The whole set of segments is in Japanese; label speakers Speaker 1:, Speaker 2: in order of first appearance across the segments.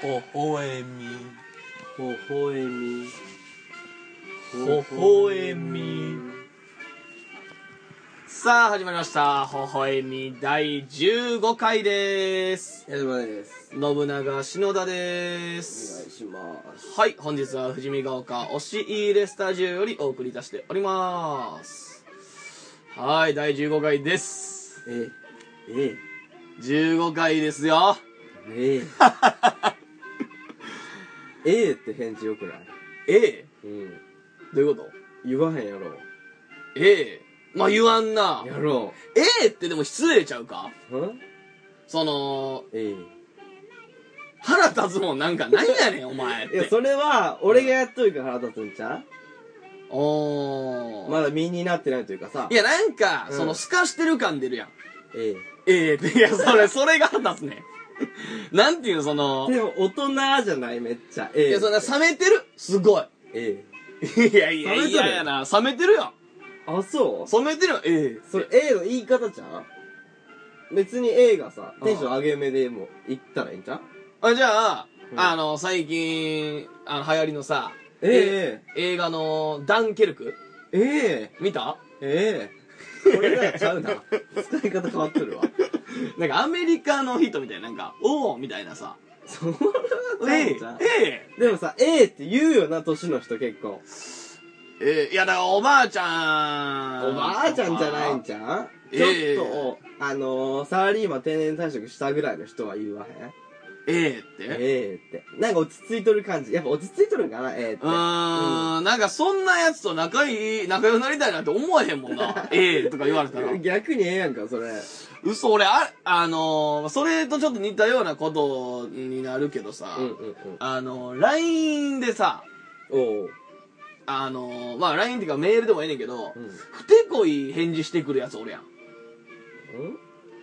Speaker 1: ほほえみ
Speaker 2: ほほえみ
Speaker 1: ほほえみ
Speaker 3: さあ始まりました「ほほえみ」第15回です
Speaker 2: やすまです
Speaker 3: 信長篠田で
Speaker 2: お願
Speaker 3: す
Speaker 2: いします
Speaker 3: はい本日は富士見ヶ丘押し入れスタジオよりお送りいたしておりますはい第15回です
Speaker 2: ええ
Speaker 3: 15回ですよ
Speaker 2: ええええって返事よくない
Speaker 3: ええ
Speaker 2: うん
Speaker 3: どういうこと
Speaker 2: 言わへんやろ
Speaker 3: ええまあ言わんな
Speaker 2: やろ
Speaker 3: ええってでも失礼ちゃうか
Speaker 2: うん
Speaker 3: その
Speaker 2: え
Speaker 3: 腹立つもんなんかないやねんお前っ
Speaker 2: えいや
Speaker 3: て
Speaker 2: それは俺がやっといから腹立つんちゃ
Speaker 3: お
Speaker 2: う
Speaker 3: ー
Speaker 2: まだ身になってないというかさ
Speaker 3: いや、なんか、
Speaker 2: うん
Speaker 3: その、透かしてる感出るやん。
Speaker 2: え
Speaker 3: え
Speaker 2: え
Speaker 3: えいや、それ、それが腹立つね。なんていうの、その、
Speaker 2: でも大人じゃないめっちゃええ
Speaker 3: いや、そんな、冷めてる。すごい。
Speaker 2: え
Speaker 3: いやいや、
Speaker 2: 冷めて
Speaker 3: い
Speaker 2: る
Speaker 3: ややな。冷めてるよ。
Speaker 2: えあそう
Speaker 3: 冷めてるよ。ええ
Speaker 2: それ A の言い方じゃん別に A がさテンション上げ目でも言ったらいいんじゃん
Speaker 3: あ、じゃあ、
Speaker 2: うん
Speaker 3: あの、最近、あの、流行りのさ、
Speaker 2: え
Speaker 3: 映画の、ダンケルク
Speaker 2: ええ
Speaker 3: 見た
Speaker 2: えええこれならちゃうな使い方変わっとるわ
Speaker 3: なんか、アメリカの人みたいな、なんか、おおみたいなさ。
Speaker 2: そんなことな
Speaker 3: え
Speaker 2: い
Speaker 3: え
Speaker 2: んじゃん
Speaker 3: え
Speaker 2: でもさ A って言うよな年の人結構
Speaker 3: えええいや、だから、おばあちゃん。
Speaker 2: おばあちゃんじゃないんじゃんちょっと、
Speaker 3: ええ
Speaker 2: あのー、サラリーマン定年退職したぐらいの人は言わへん
Speaker 3: ええって。
Speaker 2: ええってなんか落ち着いとる感じやっぱ落ち着いとるんかな A って
Speaker 3: うーん、なんかそんなやつと仲いい、仲良くなりたいなんて思わへんもん な。ええとか言われたら。
Speaker 2: 逆にええやんかそれ
Speaker 3: 嘘、俺、あ、あのー、それとちょっと似たようなことになるけどさ、
Speaker 2: うんうんうん
Speaker 3: あのー、LINE でさ、
Speaker 2: おう
Speaker 3: あのー、まあ LINE っていうかメールでもええねんけど、
Speaker 2: うん
Speaker 3: 不手こい返事してくるやつおるやん。
Speaker 2: うん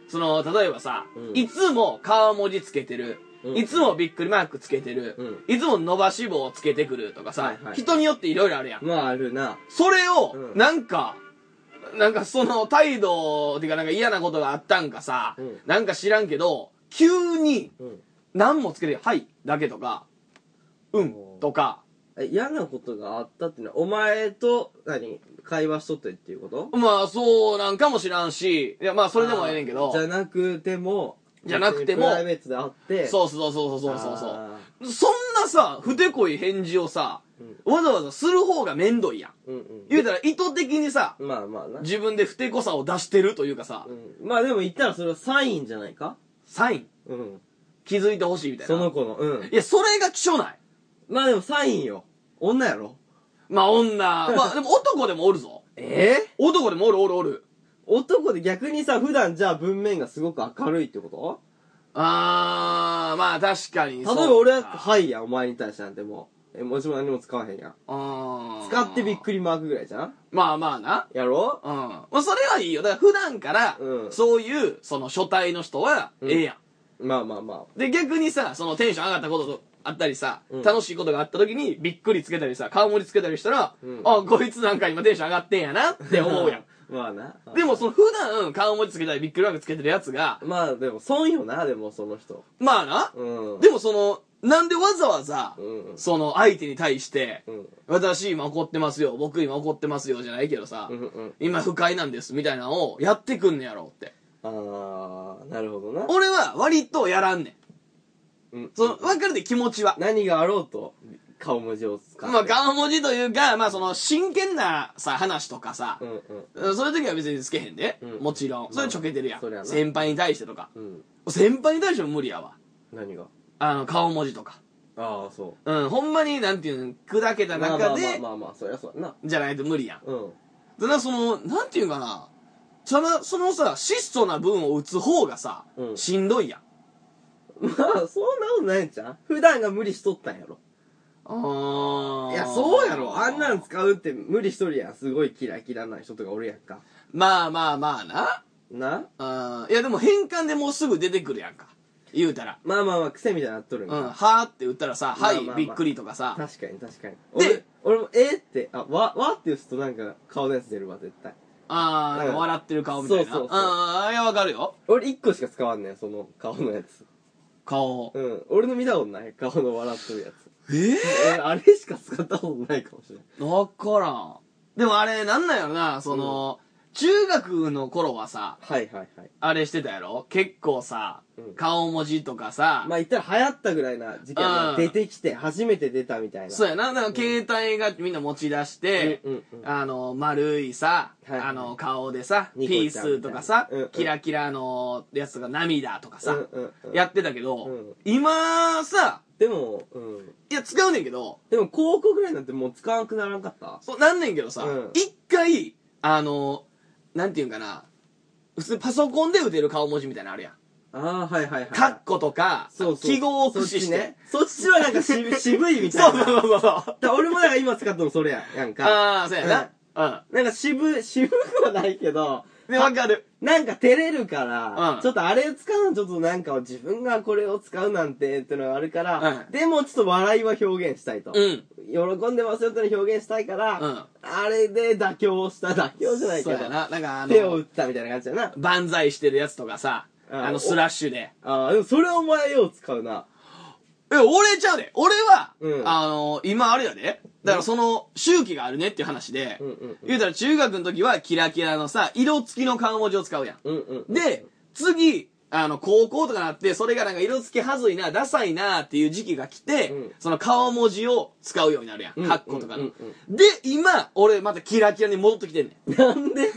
Speaker 3: その、例えばさ、
Speaker 2: うん
Speaker 3: いつも顔文字つけてる、
Speaker 2: うん
Speaker 3: いつもびっくりマークつけてる、
Speaker 2: うん
Speaker 3: いつも伸ばし棒つけてくるとかさ、
Speaker 2: はいはい
Speaker 3: 人によっていろいろあるやん。
Speaker 2: まああるな。
Speaker 3: それを
Speaker 2: う、ん
Speaker 3: なんか、なんかその態度、っていうかなんか嫌なことがあったんかさ、
Speaker 2: うん
Speaker 3: なんか知らんけど、急に
Speaker 2: うん。
Speaker 3: 何もつけて、はい、だけとか、うん
Speaker 2: お、ー
Speaker 3: とか、
Speaker 2: え、嫌なことがあったってのは、お前と、何会話しとってっていうこと
Speaker 3: まあそうなんかも知らんし、いやまあそれでもええねんけど
Speaker 2: じ、ゃなくても、
Speaker 3: じゃなくても
Speaker 2: 別にプライベートで会って、う
Speaker 3: そうそうそうそうそうそうそう。
Speaker 2: あ
Speaker 3: そんなさ、ふてこい返事をさ、わざわざする方がめんどいやん。
Speaker 2: ーうんうん。
Speaker 3: 言うたら意図的にさ、
Speaker 2: まあまあな。
Speaker 3: 自分で不手こさを出してるというかさ
Speaker 2: う、ん、まあでも言ったらそれはサインじゃないか
Speaker 3: サイン、
Speaker 2: うん。
Speaker 3: 気づいてほしいみたいな。
Speaker 2: その子の、うん。
Speaker 3: いや、それが貴重ない。
Speaker 2: まあでもサインよ。女やろ
Speaker 3: まあ女、まあでも男でもおるぞ。
Speaker 2: え
Speaker 3: 男でもおるおるおる。
Speaker 2: 男で逆にさ、普段じゃあ文面がすごく明るいってこと
Speaker 3: あー、まあ確かに
Speaker 2: 例えば俺
Speaker 3: は、
Speaker 2: は、はいや、お前に対してなんてもう、え、もちろん何も使わへんやん。
Speaker 3: あー
Speaker 2: 使ってびっくりマークぐらいじゃん
Speaker 3: まあまあな。
Speaker 2: やろ
Speaker 3: うん。まあそれはいいよ。だから普段から、
Speaker 2: うん
Speaker 3: そういう、その初対の人は、
Speaker 2: うん
Speaker 3: ええやん,、
Speaker 2: まあまあま
Speaker 3: で、逆にさ、そのテンション上がったことと、あったりさ、
Speaker 2: うん
Speaker 3: 楽しいことがあった時に、びっくりつけたりさ、顔盛りつけたりしたら、
Speaker 2: うん
Speaker 3: あ、こいつなんか今テンション上がってんやなっ
Speaker 2: あ。
Speaker 3: て思うやん。。
Speaker 2: まあな。
Speaker 3: でもその普段顔盛りつけたりびっくりマークつけてるやつが、
Speaker 2: まあでも損よな、でもその人。
Speaker 3: まあな、
Speaker 2: うん。
Speaker 3: でもその、なんでわざわざ、
Speaker 2: うん
Speaker 3: その相手に対して、
Speaker 2: うん。
Speaker 3: 私今怒ってますよ、僕今怒ってますよじゃないけどさ、
Speaker 2: うんうん。
Speaker 3: 今不快なんですみたいなのをやってくんねやろうって。
Speaker 2: ああ、なるほどな。
Speaker 3: 俺は割とやらんねん。
Speaker 2: うん。
Speaker 3: その、わかるで気持ちは。
Speaker 2: 何があろうと、顔文字を使って。
Speaker 3: まあ顔文字というか、まあその真剣なさ、話とかさ
Speaker 2: う、んうん。
Speaker 3: そういう時は別につけへんで、
Speaker 2: うん
Speaker 3: もちろん。それちょけてるやん。
Speaker 2: そりゃな
Speaker 3: 先輩に対してとか。
Speaker 2: うん。
Speaker 3: 先輩に対しても無理やわ。
Speaker 2: 何が
Speaker 3: あの、顔文字とか。
Speaker 2: ああ、そう。
Speaker 3: うん、ほんまになんていうの、砕けた
Speaker 2: まあま
Speaker 3: 中
Speaker 2: あまあ
Speaker 3: で
Speaker 2: ま、あまあ、そりゃそうやな。
Speaker 3: じゃないと無理やん。
Speaker 2: うん。
Speaker 3: だからその、なんていうかな、その、そのさ、質素な分を打つ方がさ、
Speaker 2: うん
Speaker 3: しんどいやん。
Speaker 2: まあ、そんなことないんちゃう普段が無理しとったんやろ。
Speaker 3: あ
Speaker 2: いや、そうやろ。あんなん使うって無理しとるやん。すごいキラキラな人とかおるやんか。
Speaker 3: まあまあまあな。
Speaker 2: な
Speaker 3: あーいや、でも変換でもうすぐ出てくるやんか。言うたら。
Speaker 2: まあまあまあ、癖みたいになっとるん
Speaker 3: うん、
Speaker 2: か。
Speaker 3: はーって打ったらさ、
Speaker 2: ま
Speaker 3: は
Speaker 2: あ
Speaker 3: い、
Speaker 2: まあまあ
Speaker 3: びっくりとかさ。
Speaker 2: 確かに確かに
Speaker 3: で
Speaker 2: 俺俺も「えーってあわわって言うとなんか顔のやつ出るわ絶対
Speaker 3: あー、なんか笑ってる顔みたいな。
Speaker 2: そうそうそう
Speaker 3: あー、いや、わかるよ。
Speaker 2: 俺1個しか使わんねんその顔のやつ
Speaker 3: 顔。
Speaker 2: うん。俺の見たことない。顔の笑っとるやつ。
Speaker 3: え
Speaker 2: 俺、あれしか使ったことないかもしれない。
Speaker 3: わからん。でもあれ、なんなんやろな、その、中学の頃はさ、
Speaker 2: はいはいはい。
Speaker 3: あれしてたやろ結構さ、
Speaker 2: うん
Speaker 3: 顔文字とかさ、
Speaker 2: まあ言ったら流行ったぐらいな時期は
Speaker 3: うん
Speaker 2: 出てきて、初めて出たみたいな。
Speaker 3: そうやな、だから携帯がみんな持ち出して、
Speaker 2: うんうんうん
Speaker 3: あの、丸いさ、
Speaker 2: はい
Speaker 3: あの、顔でさ、
Speaker 2: ニコ
Speaker 3: ピー
Speaker 2: ちゃんみたいな
Speaker 3: スとかさ、
Speaker 2: うんうん
Speaker 3: キラキラのやつとか涙とかさ、
Speaker 2: うんうんうん
Speaker 3: やってたけど、
Speaker 2: うん
Speaker 3: 今さ、
Speaker 2: でも、うん。
Speaker 3: いや、使うねんけど、
Speaker 2: でも高校ぐらいになってもう使わなくならんかった
Speaker 3: そうなんねんけどさ
Speaker 2: うん、
Speaker 3: 一、回、あの、なんていうんかな、普通パソコンで打てる顔文字みたいなのあるやん。
Speaker 2: ああ、はいはいはい。
Speaker 3: カッコとか、
Speaker 2: そうそう。
Speaker 3: 記号を駆使して。
Speaker 2: そっちね。そっちはなんか渋 渋いみた
Speaker 3: そ
Speaker 2: いうな。
Speaker 3: そうそうそう。
Speaker 2: だから俺もなんか今使ったのそれや。やんか。
Speaker 3: ああ、そうやな。
Speaker 2: なんか渋、渋くはないけど、
Speaker 3: うん。で、わかる。
Speaker 2: なんか照れるから、
Speaker 3: うん
Speaker 2: ちょっとあれ使うのちょっとなんか自分がこれを使うなんてっていうのがあるから、
Speaker 3: うん
Speaker 2: でもちょっと笑いは表現したいと。
Speaker 3: うん。
Speaker 2: 喜んでますよっていうのを表現したいから、
Speaker 3: うん
Speaker 2: あれで妥協をした妥協じゃないけ
Speaker 3: そう
Speaker 2: ど
Speaker 3: やな。なんかあ
Speaker 2: 手を
Speaker 3: の
Speaker 2: 打っ、たみたいな感じだな
Speaker 3: 万歳してるやつとかさ、
Speaker 2: うん
Speaker 3: あのスラッシュで。
Speaker 2: ああでもそれお前よう使うな
Speaker 3: え、俺ちゃうで。俺は、
Speaker 2: うん
Speaker 3: あの、今あれやで。だからその、周期があるねっていう話で、
Speaker 2: うんうん
Speaker 3: 言うたら中学の時はキラキラのさ、色付きの顔文字を使うやん。
Speaker 2: うんうんうん
Speaker 3: で、次、あの、高校とかなって、それがなんか色付きはずいな、ダサいなっていう時期が来て、
Speaker 2: うん
Speaker 3: その顔文字を使うようになるやん。
Speaker 2: うん
Speaker 3: カッコとかの。
Speaker 2: うんうん
Speaker 3: で、今、俺またキラキラに戻ってきてんねん。
Speaker 2: なんで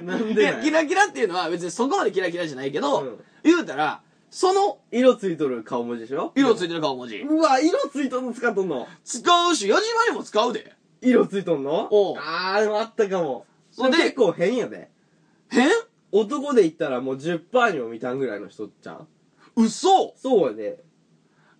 Speaker 2: なんで
Speaker 3: で
Speaker 2: な、ん
Speaker 3: キラキラっていうのは別にそこまでキラキラじゃないけど、
Speaker 2: うん
Speaker 3: 言うたら、その
Speaker 2: 色ついとる顔文字でしょ
Speaker 3: 色ついてる顔文字。
Speaker 2: うわ色ついとんの使っとんの
Speaker 3: 使うし、矢島にも使うで。
Speaker 2: 色ついとんの
Speaker 3: おう
Speaker 2: ああでもあったかも
Speaker 3: それで
Speaker 2: 結構変やで
Speaker 3: 変
Speaker 2: 男で言ったらもう10%にも満たんぐらいの人じゃん
Speaker 3: 嘘
Speaker 2: そうやで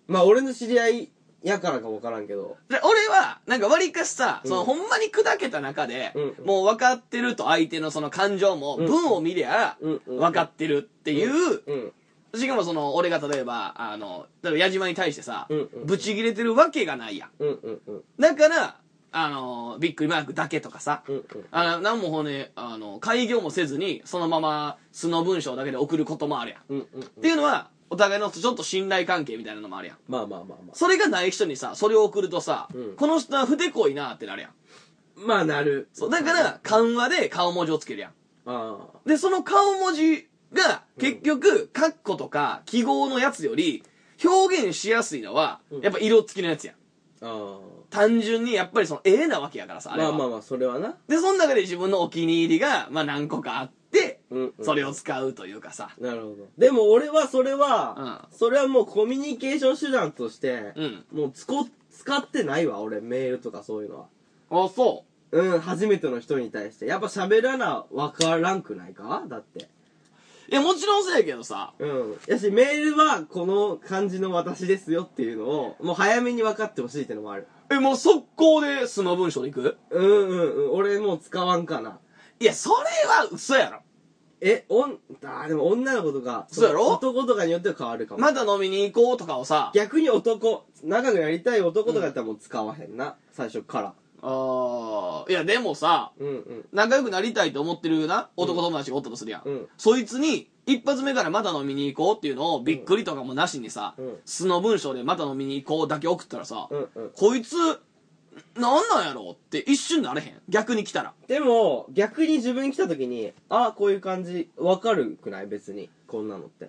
Speaker 2: まあ俺の知り合いやからか分からんけど
Speaker 3: で俺は、なんか割かしさ、
Speaker 2: うん
Speaker 3: そのほんまに砕けた中で、
Speaker 2: うん
Speaker 3: もう分かってると相手のその感情も、
Speaker 2: うん
Speaker 3: 文を見りゃ、
Speaker 2: うんうん
Speaker 3: 分かってるっていう、
Speaker 2: うん
Speaker 3: しかもその、俺が例えば、あの、例えば矢島に対してさ
Speaker 2: うんう、ん
Speaker 3: ブチ切れてるわけがないやん。
Speaker 2: うんうんうん
Speaker 3: だから、あの、びっくりマークだけとかさ、
Speaker 2: うんうん
Speaker 3: あの、何もほね、あの、開業もせずに、そのまま素の文章だけで送ることもあるやん。っ
Speaker 2: うんうん
Speaker 3: ていうのは、お互いのちょっと信頼関係みたいなのもあるやん。
Speaker 2: まあまあまあま
Speaker 3: それがない人にさ、それを送るとさ、
Speaker 2: うん
Speaker 3: この人は不手こいなってなるやん。
Speaker 2: あまあなる
Speaker 3: そう、だから、緩和で顔文字をつけるやん。
Speaker 2: ああ
Speaker 3: で、その顔文字が、結局、カッコとか記号のやつより、表現しやすいのは、
Speaker 2: ん
Speaker 3: やっぱ色付きのやつやん。
Speaker 2: ああ
Speaker 3: 単純に、やっぱりその、ええなわけやからさ、あれ
Speaker 2: ま
Speaker 3: は。
Speaker 2: あまあまあそれはな
Speaker 3: で、その中で自分のお気に入りが、まあ何個かあって、
Speaker 2: うんうん
Speaker 3: それを使うというかさ。
Speaker 2: なるほどでも俺はそれは、それはもうコミュニケーション手段として、
Speaker 3: うん
Speaker 2: もうつこ使ってないわ俺メールとかそういうのは
Speaker 3: あ、そ
Speaker 2: うん初めての人に対してやっぱ喋らな分からんくないかだって
Speaker 3: う。いや、もちろんそうやけどさ。
Speaker 2: うんやしメールはこの感じの私ですよっていうのをもう早めに分かってほしいってのもある
Speaker 3: え、もう速攻で素の文章でいく
Speaker 2: うんうんうん俺もう使わんかない
Speaker 3: や、それは嘘やろ。
Speaker 2: え、おん、あーでも女の子とか、
Speaker 3: そうやろ
Speaker 2: 男とかによっては変わるかも。
Speaker 3: また飲みに行こうとかをさ、
Speaker 2: 逆に男、仲良くやりたい男とかやったらもう使わへんな、最初から。
Speaker 3: あーいや、でもさ、
Speaker 2: うんうん。
Speaker 3: 仲良くなりたいと思ってるな、男友達がおったとするやん。
Speaker 2: うん
Speaker 3: そいつに、一発目からまた飲みに行こうっていうのを、びっくりとかもなしにさ、
Speaker 2: うん
Speaker 3: 素の文章でまた飲みに行こうだけ送ったらさ、
Speaker 2: うんうん。
Speaker 3: こいつ、なんなんやろって一瞬なれへん。逆に来たら。
Speaker 2: でも、逆に自分に来た時に、あーこういう感じ、わかるくない別に。こんなのって。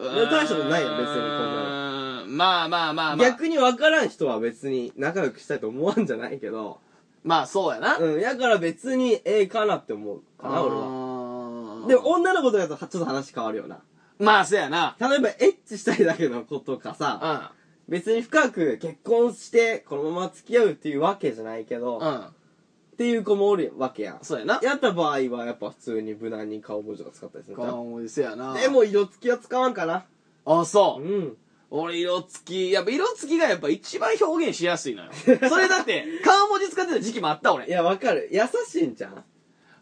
Speaker 2: や大したことないよ別にこん
Speaker 3: なまあまあまあまあ。
Speaker 2: 逆にわからん人は別に仲良くしたいと思わんじゃないけど、
Speaker 3: まあそうやな。
Speaker 2: うん、やから別にええかなって思うかな、俺は。
Speaker 3: は
Speaker 2: でも、女の子とかだとちょっと話変わるよな。
Speaker 3: まあそうやな。
Speaker 2: 例えば、エッチしたいだけの子とかさ、別に深く結婚してこのまま付き合うっていうわけじゃないけど、
Speaker 3: う
Speaker 2: っ
Speaker 3: ん。うん。
Speaker 2: ていう子もおるわけやん
Speaker 3: そうやな。
Speaker 2: やった場合はやっぱ普通に無難に顔文字とか使ったりするんちゃう
Speaker 3: 顔文字そうやな。
Speaker 2: で、も色付きは使わんかな
Speaker 3: あ、そうう。
Speaker 2: ん
Speaker 3: 俺色付き、やっぱ色付きがやっぱ一番表現しやすいのよ。 それだって、顔文字使ってた時期もあった
Speaker 2: い
Speaker 3: 俺。
Speaker 2: やわかる優しいんじゃん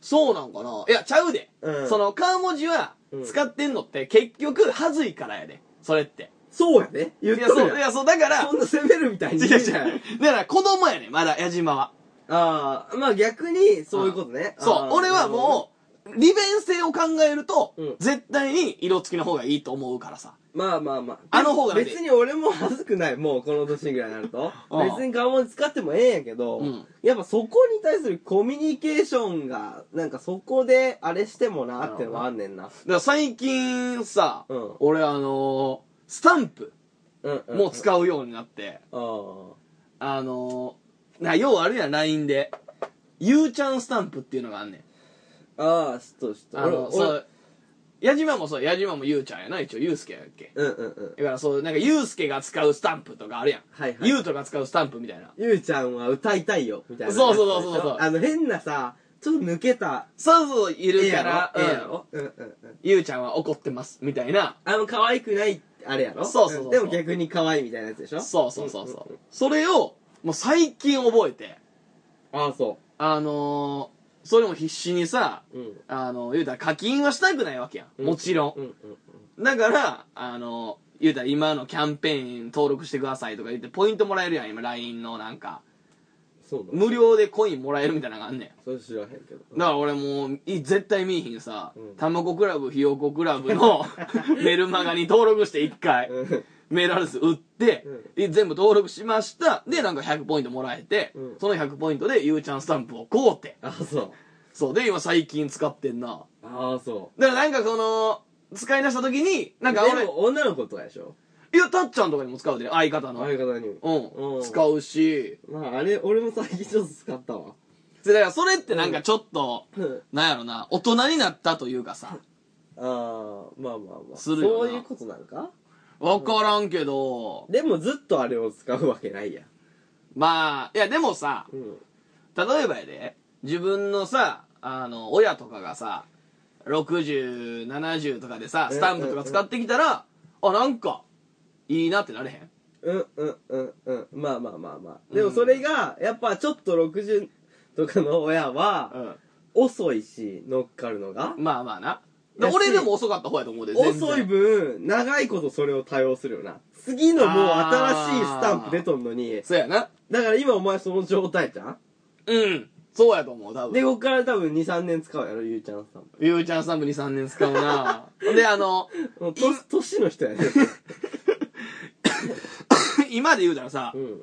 Speaker 3: そうなんかな。いや、ちゃうで。
Speaker 2: うん
Speaker 3: その顔文字は
Speaker 2: うん
Speaker 3: 使ってんのって結局、はずいからやで。それって。
Speaker 2: そうやね言っ
Speaker 3: い
Speaker 2: と
Speaker 3: や、そう、い
Speaker 2: るやん
Speaker 3: や、そう、だから
Speaker 2: そ、んな責めるみたいに
Speaker 3: 違う
Speaker 2: 言
Speaker 3: 違
Speaker 2: うじゃん
Speaker 3: う。だから子供やねまだ、矢島は。
Speaker 2: ああまあ逆にそういうことね
Speaker 3: そう、俺はもう、利便性を考えると、
Speaker 2: うん
Speaker 3: 絶対に色付きの方がいいと思うからさ。
Speaker 2: まあまあまあ。
Speaker 3: あの方がね。
Speaker 2: 別に俺も恥ずくない。もうこの年ぐらいになると
Speaker 3: うん
Speaker 2: 別に顔文字使ってもええんやけど、
Speaker 3: うん
Speaker 2: やっぱそこに対するコミュニケーションが、なんかそこであれしてもなってのはあんねんな。
Speaker 3: だから最近さ、
Speaker 2: うん
Speaker 3: 俺あのースタンプ
Speaker 2: うん、うん。
Speaker 3: も使うようになって、
Speaker 2: うん。
Speaker 3: あのーな、要はあれやん、LINE で。ゆうちゃんスタンプっていうのがあんねん。
Speaker 2: ああ、知っとる知っと
Speaker 3: あ
Speaker 2: る。
Speaker 3: の、そう、矢島もそう、矢島もゆうちゃんやな、一応、ゆうすけやっけ。
Speaker 2: うんうんうん。
Speaker 3: だからそう、なんか、ゆうすけが使うスタンプとかあるやん。
Speaker 2: はいはい
Speaker 3: ゆうとが使うスタンプみたいな。
Speaker 2: ゆうちゃんは歌いたいよ、みたいな。
Speaker 3: そうそうそうそうそう
Speaker 2: あの変なさ、ちょっと抜けた
Speaker 3: そうそう、いる
Speaker 2: 絵
Speaker 3: か
Speaker 2: や
Speaker 3: ら、
Speaker 2: ろ。絵や
Speaker 3: うん
Speaker 2: ろ。うんうんうん。
Speaker 3: ゆうちゃんは怒ってます、みたいな。
Speaker 2: あの、可愛くない、あれやろ。
Speaker 3: そうそうそうそうん
Speaker 2: でも逆に可愛いみたいなやつでしょ。
Speaker 3: そうそうそうそう。
Speaker 2: うんうん
Speaker 3: それを、もう最近覚えて、
Speaker 2: ああ、そ
Speaker 3: あのー、それも必死にさ、
Speaker 2: う。うん。
Speaker 3: あの、言うたら課金はしたくないわけやん。
Speaker 2: うん
Speaker 3: もちろん
Speaker 2: う。んうん
Speaker 3: だから、あの、言うたら今のキャンペーン登録してくださいとか言ってポイントもらえるやん、今 LINE のなんか。
Speaker 2: そうだ。
Speaker 3: 無料でコインもらえるみたいなのがあんねん。
Speaker 2: それ知らへんけど。
Speaker 3: だから俺もう、い絶対見えひんさ
Speaker 2: うん、
Speaker 3: たまこクラブ、ひよこクラブの メルマガに登録して1回、
Speaker 2: うん
Speaker 3: メールアドレス売って、い全部登録しました。で、なんか100ポイントもらえて
Speaker 2: うん、
Speaker 3: その100ポイントでゆうちゃんスタンプを買うて。
Speaker 2: ああ、そう。
Speaker 3: そう。で、今最近使ってんな。
Speaker 2: ああ、そう。
Speaker 3: だからなんかその、使い出した時に、なんか俺、
Speaker 2: でも女の子とかでしょ
Speaker 3: いや、たっちゃんとかにも使うで、相方の。
Speaker 2: 相方にも。
Speaker 3: う、
Speaker 2: うんん
Speaker 3: 使うし。
Speaker 2: まあ、あれ、俺も最近ちょっと使ったわ。
Speaker 3: で、だからそれってなんかちょっと、
Speaker 2: うん
Speaker 3: なんやろな、大人になったというかさ、
Speaker 2: ああ、まあまあまあ。
Speaker 3: するよ
Speaker 2: そ
Speaker 3: な
Speaker 2: ういうことなんか
Speaker 3: わからんけど、
Speaker 2: でもずっとあれを使うわけないやん。
Speaker 3: まあ、いやでもさ、
Speaker 2: うん。
Speaker 3: 例えばやで、自分のさ、あの、親とかがさ、60、70とかでさ、スタンプとか使ってきたら、あ、なんか、いいなってなれへん
Speaker 2: うんうんうんうん。まあまあまあまあ。でもそれが、やっぱちょっと60とかの親は、遅いし、乗っかるのが。
Speaker 3: まあまあな。
Speaker 2: やし
Speaker 3: 俺でも遅かった方やと思うで、全然
Speaker 2: 遅い分、長いことそれを対応するよな。次のもう新しいスタンプ出とんのに、
Speaker 3: そうやな。
Speaker 2: だから今お前その状態じゃん
Speaker 3: うん。そうやと思う、多分。
Speaker 2: で、こっから多分2、3年使うやろ、ゆうちゃんスタンプ。
Speaker 3: ゆうちゃんスタンプ2、3年使うな で、あの、
Speaker 2: もう年、年の人やね。
Speaker 3: 今で言うたらさ
Speaker 2: う、ん。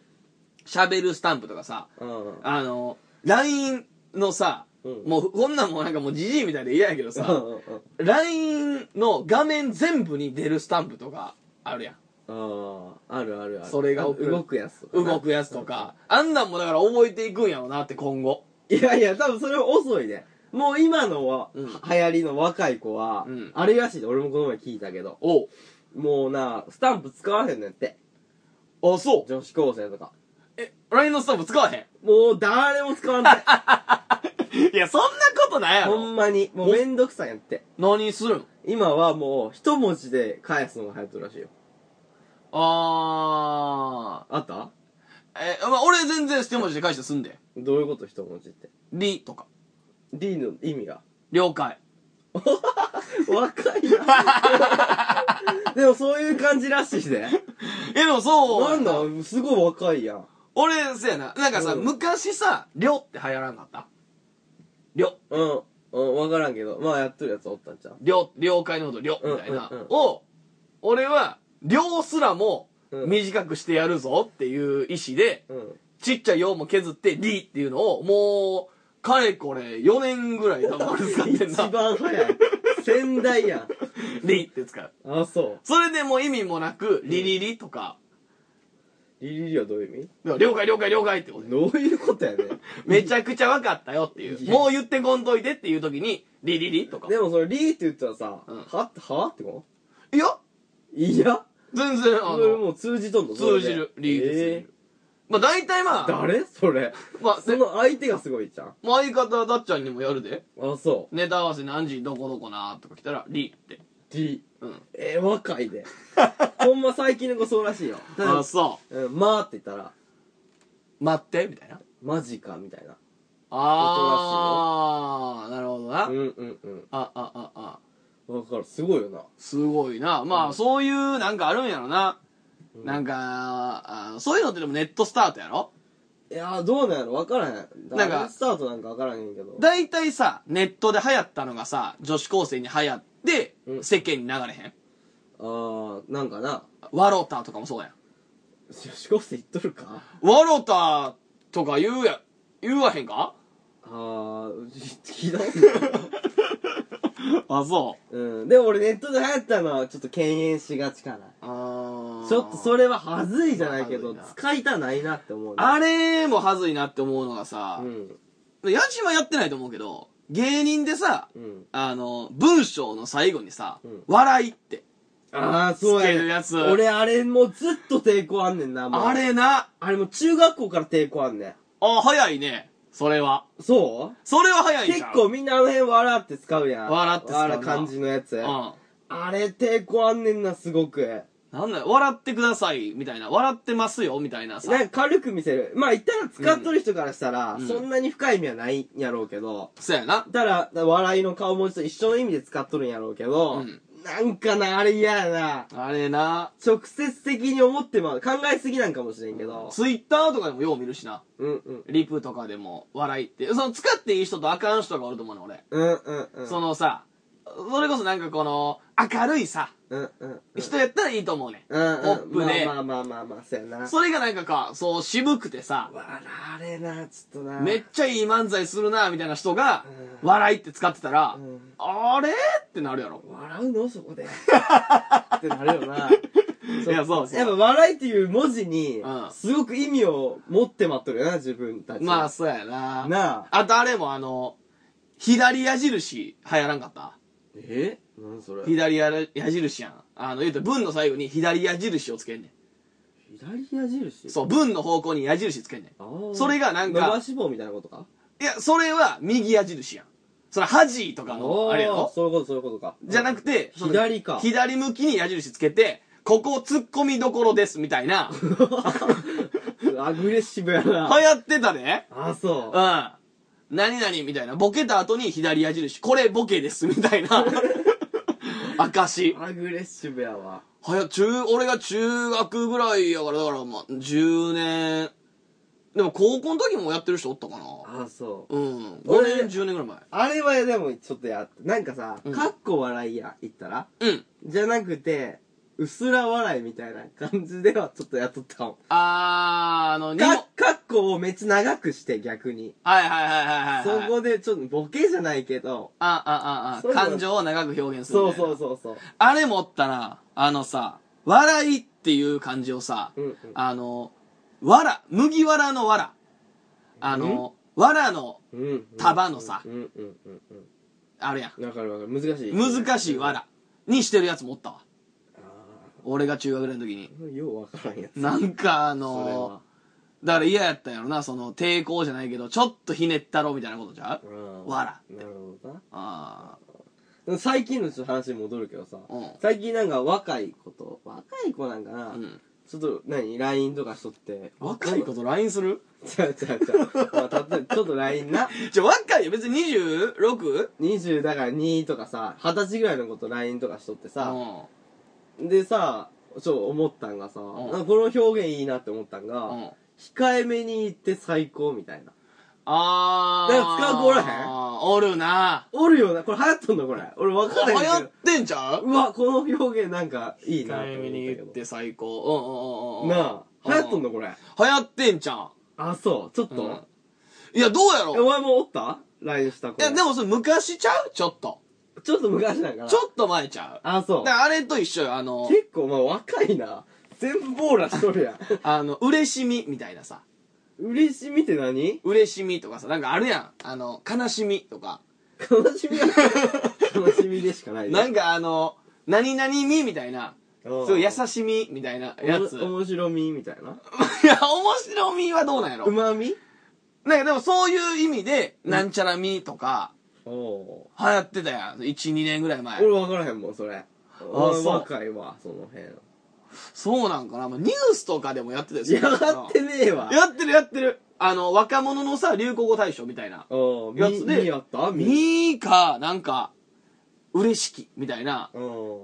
Speaker 3: しゃべるスタンプとかさ、
Speaker 2: うん。
Speaker 3: あの、LINE のさ、
Speaker 2: うん
Speaker 3: もうこんなんもうなんかもうじじいみたいで嫌やけど
Speaker 2: う
Speaker 3: さ、
Speaker 2: んうんうん
Speaker 3: LINE の画面全部に出るスタンプとかあるやん。
Speaker 2: ああ、あるあるある。
Speaker 3: それが送る
Speaker 2: 動くやつとかな。
Speaker 3: 動くやつとか。あんなんもだから覚えていくんやろなって今後。
Speaker 2: いやいや、多分それは遅いね。もう今のは、
Speaker 3: うん
Speaker 2: 流行りの若い子は、
Speaker 3: うん
Speaker 2: あれらしいで、俺もこの前聞いたけど、
Speaker 3: お
Speaker 2: もうな、スタンプ使わへんねんって。
Speaker 3: あ、そう。
Speaker 2: 女子高生とか。
Speaker 3: え、LINE のスタンプ使わへん。
Speaker 2: もう誰も使わない。
Speaker 3: いや、そんなことないや
Speaker 2: ほん
Speaker 3: ろ。
Speaker 2: まに。もうめんどくさいんやって。
Speaker 3: 何するん
Speaker 2: 今はもう、一文字で返すのが流行ってるらしいよ。
Speaker 3: あ
Speaker 2: あった
Speaker 3: ー。え、まあ、俺全然捨て文字で返してすんで。
Speaker 2: どういうこと一文字って。
Speaker 3: りとか。
Speaker 2: D の意味 が。
Speaker 3: 了解。
Speaker 2: 若いな。 でもそういう感じらしいね。
Speaker 3: え、でもそう。
Speaker 2: なんだ、すごい若いやん。
Speaker 3: 俺、そうやな。なんかさ、
Speaker 2: うん
Speaker 3: 昔さ、りょって流行らんかった。りょ、
Speaker 2: うん。うん、わからんけど。まあやっとるやつおったんちゃう
Speaker 3: りょ、了解のことりょ、みたいな
Speaker 2: うんうんうん。
Speaker 3: を、俺は、りょすらも、
Speaker 2: うん
Speaker 3: 短くしてやるぞっていう意思で、
Speaker 2: うん。
Speaker 3: ちっちゃいよも削って、りっていうのを、もう、かれこれ4年ぐらい多分俺使ってん
Speaker 2: 一
Speaker 3: な。
Speaker 2: 番早い。仙台やん。
Speaker 3: りって使う。
Speaker 2: あ、そう。
Speaker 3: それでもう意味もなく、りりりとか、
Speaker 2: リリリはどういう意味
Speaker 3: だから了解了解了解ってこと。
Speaker 2: どういうことやね
Speaker 3: めちゃくちゃ分かったよってい。
Speaker 2: いうや
Speaker 3: もう言ってこんといてっていう時に、りりりとか。
Speaker 2: でもそれリーって言ったらさ、
Speaker 3: うん
Speaker 2: はって、はってこ
Speaker 3: いや、
Speaker 2: といや、
Speaker 3: 全然、あ
Speaker 2: それ
Speaker 3: の、
Speaker 2: もう通じとんの
Speaker 3: 通じる。リーグ通じ
Speaker 2: え
Speaker 3: る。まあ大体ま
Speaker 2: ー、
Speaker 3: あ、
Speaker 2: 誰それ。
Speaker 3: まあ、
Speaker 2: そ
Speaker 3: で
Speaker 2: の相手がすごいじゃん。
Speaker 3: もう相方はだっちゃんにもやるで。
Speaker 2: あ、そ
Speaker 3: ネタ合わせ何時どこどこなとか来たら、リーって。
Speaker 2: う。リ
Speaker 3: うん。
Speaker 2: ー。えー、若いで。 ほんま最近の子そうらしいよ。
Speaker 3: あ、そ
Speaker 2: うん、まーって言ったら、
Speaker 3: う。待って、みたいな。
Speaker 2: マジか、みたいな。
Speaker 3: あー、なるほどな。
Speaker 2: うんうんうん
Speaker 3: あ、あ、あ、あ。。
Speaker 2: わかる。すごいよな。
Speaker 3: すごいな。まあ、そういう、なんかあるんやろな。
Speaker 2: うん
Speaker 3: なんか、あそういうのってでもネットスタートやろ
Speaker 2: いやーどうなんやろ分からへん
Speaker 3: な
Speaker 2: なんん
Speaker 3: か
Speaker 2: かスタートなんか分からへんけど
Speaker 3: 大体さ、ネットで流行ったのがさ、女子高生に流行って
Speaker 2: う、ん
Speaker 3: 世間に流れへん。
Speaker 2: あーなんかな
Speaker 3: ワロタとかもそうやん。
Speaker 2: 女子高生言っとるか
Speaker 3: ワロタとか言うや、言わへん か
Speaker 2: あー聞いたこ とない
Speaker 3: あ、そ
Speaker 2: うんでも俺ネットで流行ったのはちょっと敬遠しがちかな
Speaker 3: う。あ
Speaker 2: ちょっとそ
Speaker 3: れ。
Speaker 2: れははずいじゃないけど
Speaker 3: はずいな
Speaker 2: 使いたないなって思うね
Speaker 3: あれもはずいなって思うのがさ
Speaker 2: う、ん
Speaker 3: 矢島やってないと思うけど、芸人でさ、
Speaker 2: うん
Speaker 3: あの、文章の最後にさ、
Speaker 2: うん
Speaker 3: 笑いって。
Speaker 2: ああそうや
Speaker 3: つけるやつ
Speaker 2: 俺あれもうずっと抵抗あんねんなもう
Speaker 3: あれな。
Speaker 2: あれもう中学校から抵抗あんねん
Speaker 3: あ、早いね。それは。
Speaker 2: そう
Speaker 3: それは早いじ
Speaker 2: 結
Speaker 3: ゃん。
Speaker 2: 構みんなあの辺笑って使うやん。
Speaker 3: 笑って使うな
Speaker 2: 笑感じのやつ。
Speaker 3: うん。
Speaker 2: あれ抵抗あんねんな、すごく。
Speaker 3: なんだよ、笑ってください、みたいな。笑ってますよ、みたいなさ
Speaker 2: な。んか軽く見せる。まあ言ったら使っとる人からしたら、
Speaker 3: うん
Speaker 2: そんなに深い意味はないんやろうけど、
Speaker 3: そうやな。
Speaker 2: ただ、笑いの顔文字と一緒の意味で使っとるんやろうけ
Speaker 3: う
Speaker 2: ど、
Speaker 3: ん
Speaker 2: なんかな、あれ嫌やな。
Speaker 3: あれな。
Speaker 2: 直接的に思ってまう。考えすぎなんかもしれんけど。
Speaker 3: ツイッターとかでもよう見るしな。
Speaker 2: うんうん。
Speaker 3: リプとかでも、笑いって。その、使っていい人とあかん人がおると思うの、俺。
Speaker 2: うんうんうん。
Speaker 3: そのさ、それこそなんかこの、明るいさ、
Speaker 2: うんうんうん。
Speaker 3: 人やったらいいと思うね
Speaker 2: うんう
Speaker 3: ポ
Speaker 2: ん。
Speaker 3: ップで
Speaker 2: まあまあまあまあまあ、そうや
Speaker 3: ん。
Speaker 2: な。
Speaker 3: それがなんかか、そう、渋くてさ、
Speaker 2: 笑われな、ちょっとな。
Speaker 3: めっちゃいい漫才するな、みたいな人が、
Speaker 2: うん
Speaker 3: 笑いって使ってたら、
Speaker 2: うん
Speaker 3: あれってなるやろ。
Speaker 2: 笑うのそ こでってなるよな。
Speaker 3: いや、そうそ
Speaker 2: やっぱ
Speaker 3: う。
Speaker 2: 笑いっていう文字に
Speaker 3: うん、
Speaker 2: すごく意味を持ってまっとるよな、自分たち。
Speaker 3: まあ、そうやな。
Speaker 2: なあ。
Speaker 3: あとあれもあの、左矢印流行らんかった
Speaker 2: えなんそれ
Speaker 3: 左矢印やん。あの、言うと文の最後に左矢印をつけんね
Speaker 2: 左矢印
Speaker 3: ん。そう、文の方向に矢印つけんね
Speaker 2: あー
Speaker 3: それがなんか
Speaker 2: 伸ばし棒みたいなことか
Speaker 3: ん。いや、それは右矢印やん。それ恥とかの、
Speaker 2: ー
Speaker 3: あれやろ
Speaker 2: そういうこと、そういうことか。
Speaker 3: じゃなくて、その
Speaker 2: 左か
Speaker 3: 左向きに矢印つけて、ここ突っ込みどころです、みたい な。流
Speaker 2: うん。 アグレッシブやな。
Speaker 3: 行ってたで。
Speaker 2: あ、
Speaker 3: うん
Speaker 2: そ。
Speaker 3: 何々みたいな。ボケた後に左矢印。これボケです、みたい な。証
Speaker 2: う。。アグレッシブやわ。
Speaker 3: はや、中、俺が中学ぐらいやから、だから、まあ、10年。でも、高校の時もやってる人おったかな。
Speaker 2: あ、そう。
Speaker 3: うん。5
Speaker 2: 俺
Speaker 3: 年、10年ぐらい前。
Speaker 2: あれはでもちょっとやっ、なんかさ、
Speaker 3: うん
Speaker 2: かっこ笑いや、言ったら
Speaker 3: うん。
Speaker 2: じゃなくて、うすら笑いみたいな感じではちょっとやっとったかも。
Speaker 3: あー、あの、にも、は
Speaker 2: か、かっこをめっちゃ長くして逆に。
Speaker 3: いはいはいはいはい。
Speaker 2: そこでちょっとボケじゃないけど。
Speaker 3: あ、あ、あ、
Speaker 2: そう
Speaker 3: あ、
Speaker 2: だ
Speaker 3: 感情を長く表現する
Speaker 2: そ
Speaker 3: み
Speaker 2: う
Speaker 3: たいな。
Speaker 2: そうそうそう。
Speaker 3: あれもおったな。あのさ、笑いっていう漢字をさ、
Speaker 2: うんうん
Speaker 3: あの、わら、麦わらのわら。あの、わらの、
Speaker 2: うんうん。
Speaker 3: 束のさ
Speaker 2: うんうんうん
Speaker 3: あるやん。
Speaker 2: うん。わかるわかる。難しい。
Speaker 3: 難しいわら。にしてるやつもおったわ。
Speaker 2: あ
Speaker 3: 俺が中学ぐらいの時に。
Speaker 2: ー。ようわからんやつ。
Speaker 3: なんかあ
Speaker 2: それ
Speaker 3: の
Speaker 2: は。
Speaker 3: だから嫌やったんやろな、その抵抗じゃないけど、ちょっとひねったろみたいなことじゃう
Speaker 2: うん
Speaker 3: わら。
Speaker 2: なるほどな
Speaker 3: あ
Speaker 2: でも最近のちょっと話に戻るけどさ、
Speaker 3: うん
Speaker 2: 最近なんか若い子と、若い子なんかな、
Speaker 3: あ。うん。
Speaker 2: ちょっと何 ?LINE とかしとって。
Speaker 3: 若い子と LINE する
Speaker 2: ちゃうちゃうちゃう。 まあ、例えばちょっと LINE な。
Speaker 3: じゃ、若いよ。別に 26?
Speaker 2: 20だから2とかさ、20歳ぐらいの子と LINE とかしとってさ、
Speaker 3: あ。
Speaker 2: でさ、ちょ、思ったんがさ、
Speaker 3: ん
Speaker 2: なんかこの表現いいなって思ったんが、
Speaker 3: うん。
Speaker 2: 控えめに言って最高みたいな。
Speaker 3: あー。
Speaker 2: だから使う子おらへん
Speaker 3: おるな。
Speaker 2: おるよな、これ流行っとんのこれ。俺分
Speaker 3: 流
Speaker 2: からへん
Speaker 3: 行っ
Speaker 2: けど。
Speaker 3: てんちゃう
Speaker 2: うわ、この表現なんかいいなって
Speaker 3: 控え
Speaker 2: 思
Speaker 3: め
Speaker 2: っ
Speaker 3: に
Speaker 2: た
Speaker 3: 言
Speaker 2: け
Speaker 3: っ
Speaker 2: ど。
Speaker 3: て最高。うんうんうんうん。
Speaker 2: なあ、流行っとんのこれ。
Speaker 3: 流行ってんちゃう
Speaker 2: あ、そう、ちょっと。
Speaker 3: うんいや、どうや
Speaker 2: え、
Speaker 3: ろ
Speaker 2: お前もおった ?LINE した
Speaker 3: い
Speaker 2: 子。
Speaker 3: や、で
Speaker 2: も、
Speaker 3: もそれ昔ちゃうちょっと。
Speaker 2: ちょっと昔なんかな。
Speaker 3: ちょっと前ちゃう。
Speaker 2: あ、そ
Speaker 3: だからあれと一緒よ。あの
Speaker 2: う。、結構、まあ若いな。全部ボーラしとるやん。
Speaker 3: あの、嬉しみみたいなさ。
Speaker 2: 嬉しみって何
Speaker 3: 嬉しみとかさ、なんかあるやん。あの、悲しみとか。
Speaker 2: 悲しみ が悲しみでしかない
Speaker 3: なんかあの、何々みみたいな。
Speaker 2: す
Speaker 3: すごい優しみみたいなやつ。い
Speaker 2: 面白みみたいな
Speaker 3: や、面白みはどうなんやろ
Speaker 2: う。まみ
Speaker 3: なんかでもそういう意味で、なんちゃらみとか、
Speaker 2: おお
Speaker 3: 流行ってたやん。1、2年ぐらい前
Speaker 2: 俺。分からへんもんそれ俺
Speaker 3: そう
Speaker 2: 若いわその辺
Speaker 3: そうなんかな。まあニュースとかでもやってたよ
Speaker 2: やがってねえわ
Speaker 3: やってるやってる。あの、若者のさ、流行語大賞みたいな。
Speaker 2: お
Speaker 3: や
Speaker 2: や
Speaker 3: つ
Speaker 2: つ
Speaker 3: で
Speaker 2: みやったみ
Speaker 3: みーか、なんか、嬉しき、みたいな。
Speaker 2: うん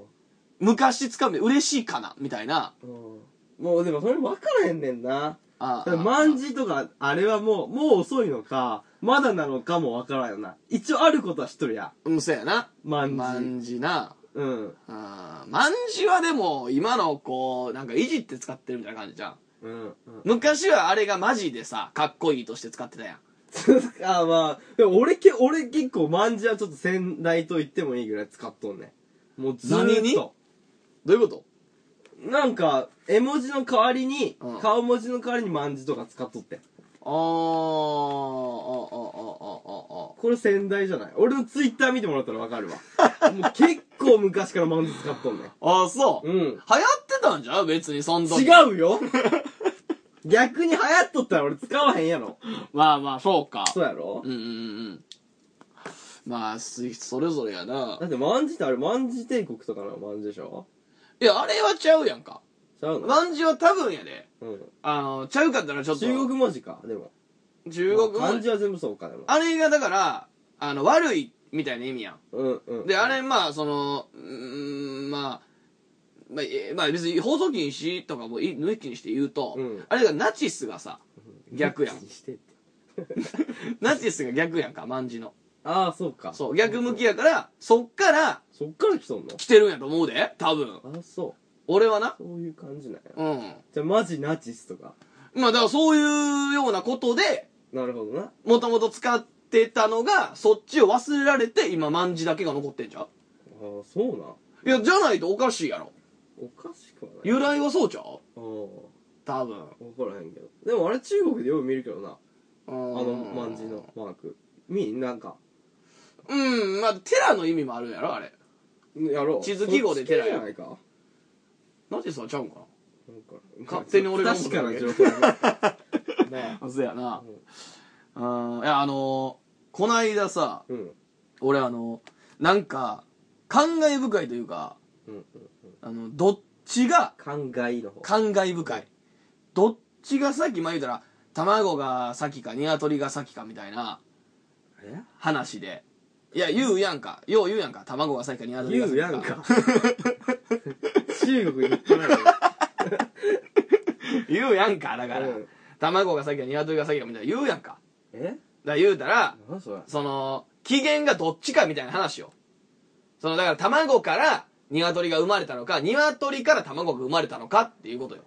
Speaker 3: 昔つかめ、嬉しいかな、みたいな。
Speaker 2: うんもうでもそれ分からへんねんな
Speaker 3: あ
Speaker 2: だから万事とか、あれはもう、もう遅いのか、まだなのかもわからんよな。一応あることは知っとるや
Speaker 3: うん、そうやな。
Speaker 2: ん。万事。
Speaker 3: 万事な。
Speaker 2: うん。
Speaker 3: あー万事はでも、今のこう、なんかいじって使ってるみたいな感じじゃん。
Speaker 2: うん。 うん、
Speaker 3: 昔はあれがマジでさ、かっこいいとして使ってたやん。
Speaker 2: あまあ、でも俺け、俺結構万事はちょっと先代と言ってもいいぐらい使っとんね。もうず
Speaker 3: 何
Speaker 2: ーっ
Speaker 3: に
Speaker 2: と。
Speaker 3: どういうこと
Speaker 2: なんか、絵文字の代わりに、
Speaker 3: うん
Speaker 2: 顔文字の代わりに万字とか使っとって。
Speaker 3: あー、あー、あー、あー、あー、あー、あー。
Speaker 2: これ先代じゃない俺のツイッター見てもらったらわ かるわ。もう結構昔から万字使っとんね。
Speaker 3: あーそう、
Speaker 2: うん
Speaker 3: 流行ってたんじゃん別にそんな
Speaker 2: 違うよ逆に流行っとったら俺使わへんやろ。
Speaker 3: まあまあそうか
Speaker 2: そうやろ
Speaker 3: うんうんうんうんまあすそれぞれやな
Speaker 2: だって万字ってあれ万字帝国とかの万字でしょ
Speaker 3: いやあれはちゃうやんか
Speaker 2: ちゃうの、
Speaker 3: 漢字は多分やで
Speaker 2: うん、
Speaker 3: あのちゃうかったらちょっと
Speaker 2: 中国文字か、でも。
Speaker 3: 中国
Speaker 2: 漢
Speaker 3: 漢字
Speaker 2: 字は全部そうか、でも。
Speaker 3: あれがだからあの悪いみたいな意味やん
Speaker 2: うんうん。
Speaker 3: であれまあそのうーんまあまあ、えまあ別に放送禁止とかもい抜きにして言うと、
Speaker 2: うん
Speaker 3: あれがナチスがさ 逆やん
Speaker 2: してって
Speaker 3: ナチスが逆やんか万字の
Speaker 2: ああ、そうか。
Speaker 3: そう逆向きやからそっから
Speaker 2: そっから来とんの
Speaker 3: 来てるんやと思うで多分
Speaker 2: ああ、そ
Speaker 3: 俺はな
Speaker 2: う。そういう感じなんや。
Speaker 3: うん
Speaker 2: じゃあ、マジナチスとか。
Speaker 3: まあだからそういうようなことで
Speaker 2: なるほどな。
Speaker 3: もともと使ってたのがそっちを忘れられて今万字だけが残ってんじゃん
Speaker 2: ああ、そうなん。
Speaker 3: いやじゃないとおかしいやろ
Speaker 2: おかしくはない。
Speaker 3: 由来はそうちゃう
Speaker 2: ああ、
Speaker 3: 多分
Speaker 2: わからへんけど。でもあれ中国でよく見るけどな。
Speaker 3: あ
Speaker 2: あの、万字のマーク。み、なんか、
Speaker 3: うんまあ寺の意味もあるやろあれ
Speaker 2: やろう。
Speaker 3: 地図記号で
Speaker 2: そっち系
Speaker 3: 寺
Speaker 2: じ
Speaker 3: や
Speaker 2: ゃないか。
Speaker 3: ナチスはちゃうんか
Speaker 2: なんか
Speaker 3: 勝手に俺が思っ
Speaker 2: 確
Speaker 3: ただ
Speaker 2: かな
Speaker 3: け
Speaker 2: 情報やなね
Speaker 3: なあそうやなうんいやあのこないださ
Speaker 2: え。うん。
Speaker 3: 俺あのなんか感慨深いというか
Speaker 2: うんうん。
Speaker 3: あのどっちが
Speaker 2: 感慨の方。
Speaker 3: 感慨深いどっちが先まあ言うたら卵が先か鶏が先かみたいな
Speaker 2: え
Speaker 3: 話でいや言うやんかよう言うやんか卵が先か鶏が
Speaker 2: 言う
Speaker 3: 先か
Speaker 2: やんか。中国に行ってないの
Speaker 3: 言うやんかだから、
Speaker 2: うん
Speaker 3: 卵が先か鶏が先かみたいな言うやんか
Speaker 2: え
Speaker 3: だから言うたら
Speaker 2: 何それ
Speaker 3: その起源がどっちかみたいな話よそのだから卵から鶏が生まれたのか鶏から卵が生まれたのかっていうことよ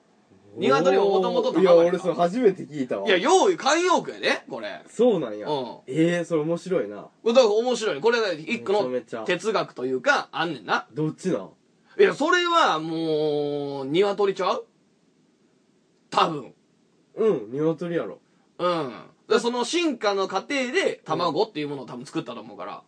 Speaker 3: 鶏はもともと
Speaker 2: いや、
Speaker 3: 卵やんか
Speaker 2: 俺それ初めて聞いたわ。
Speaker 3: いや用意慣用句やでこれ
Speaker 2: そうなんや
Speaker 3: うん。
Speaker 2: ええ、それ面白いな。
Speaker 3: だから面白いこれが一個
Speaker 2: めちゃ
Speaker 3: の
Speaker 2: めちゃ
Speaker 3: 哲学というかあんねんな
Speaker 2: どっちなん
Speaker 3: いやそれはもう鶏ちゃう多分
Speaker 2: うん、鶏やろ。
Speaker 3: うんでその進化の過程で卵っていうものを多分作ったと思うから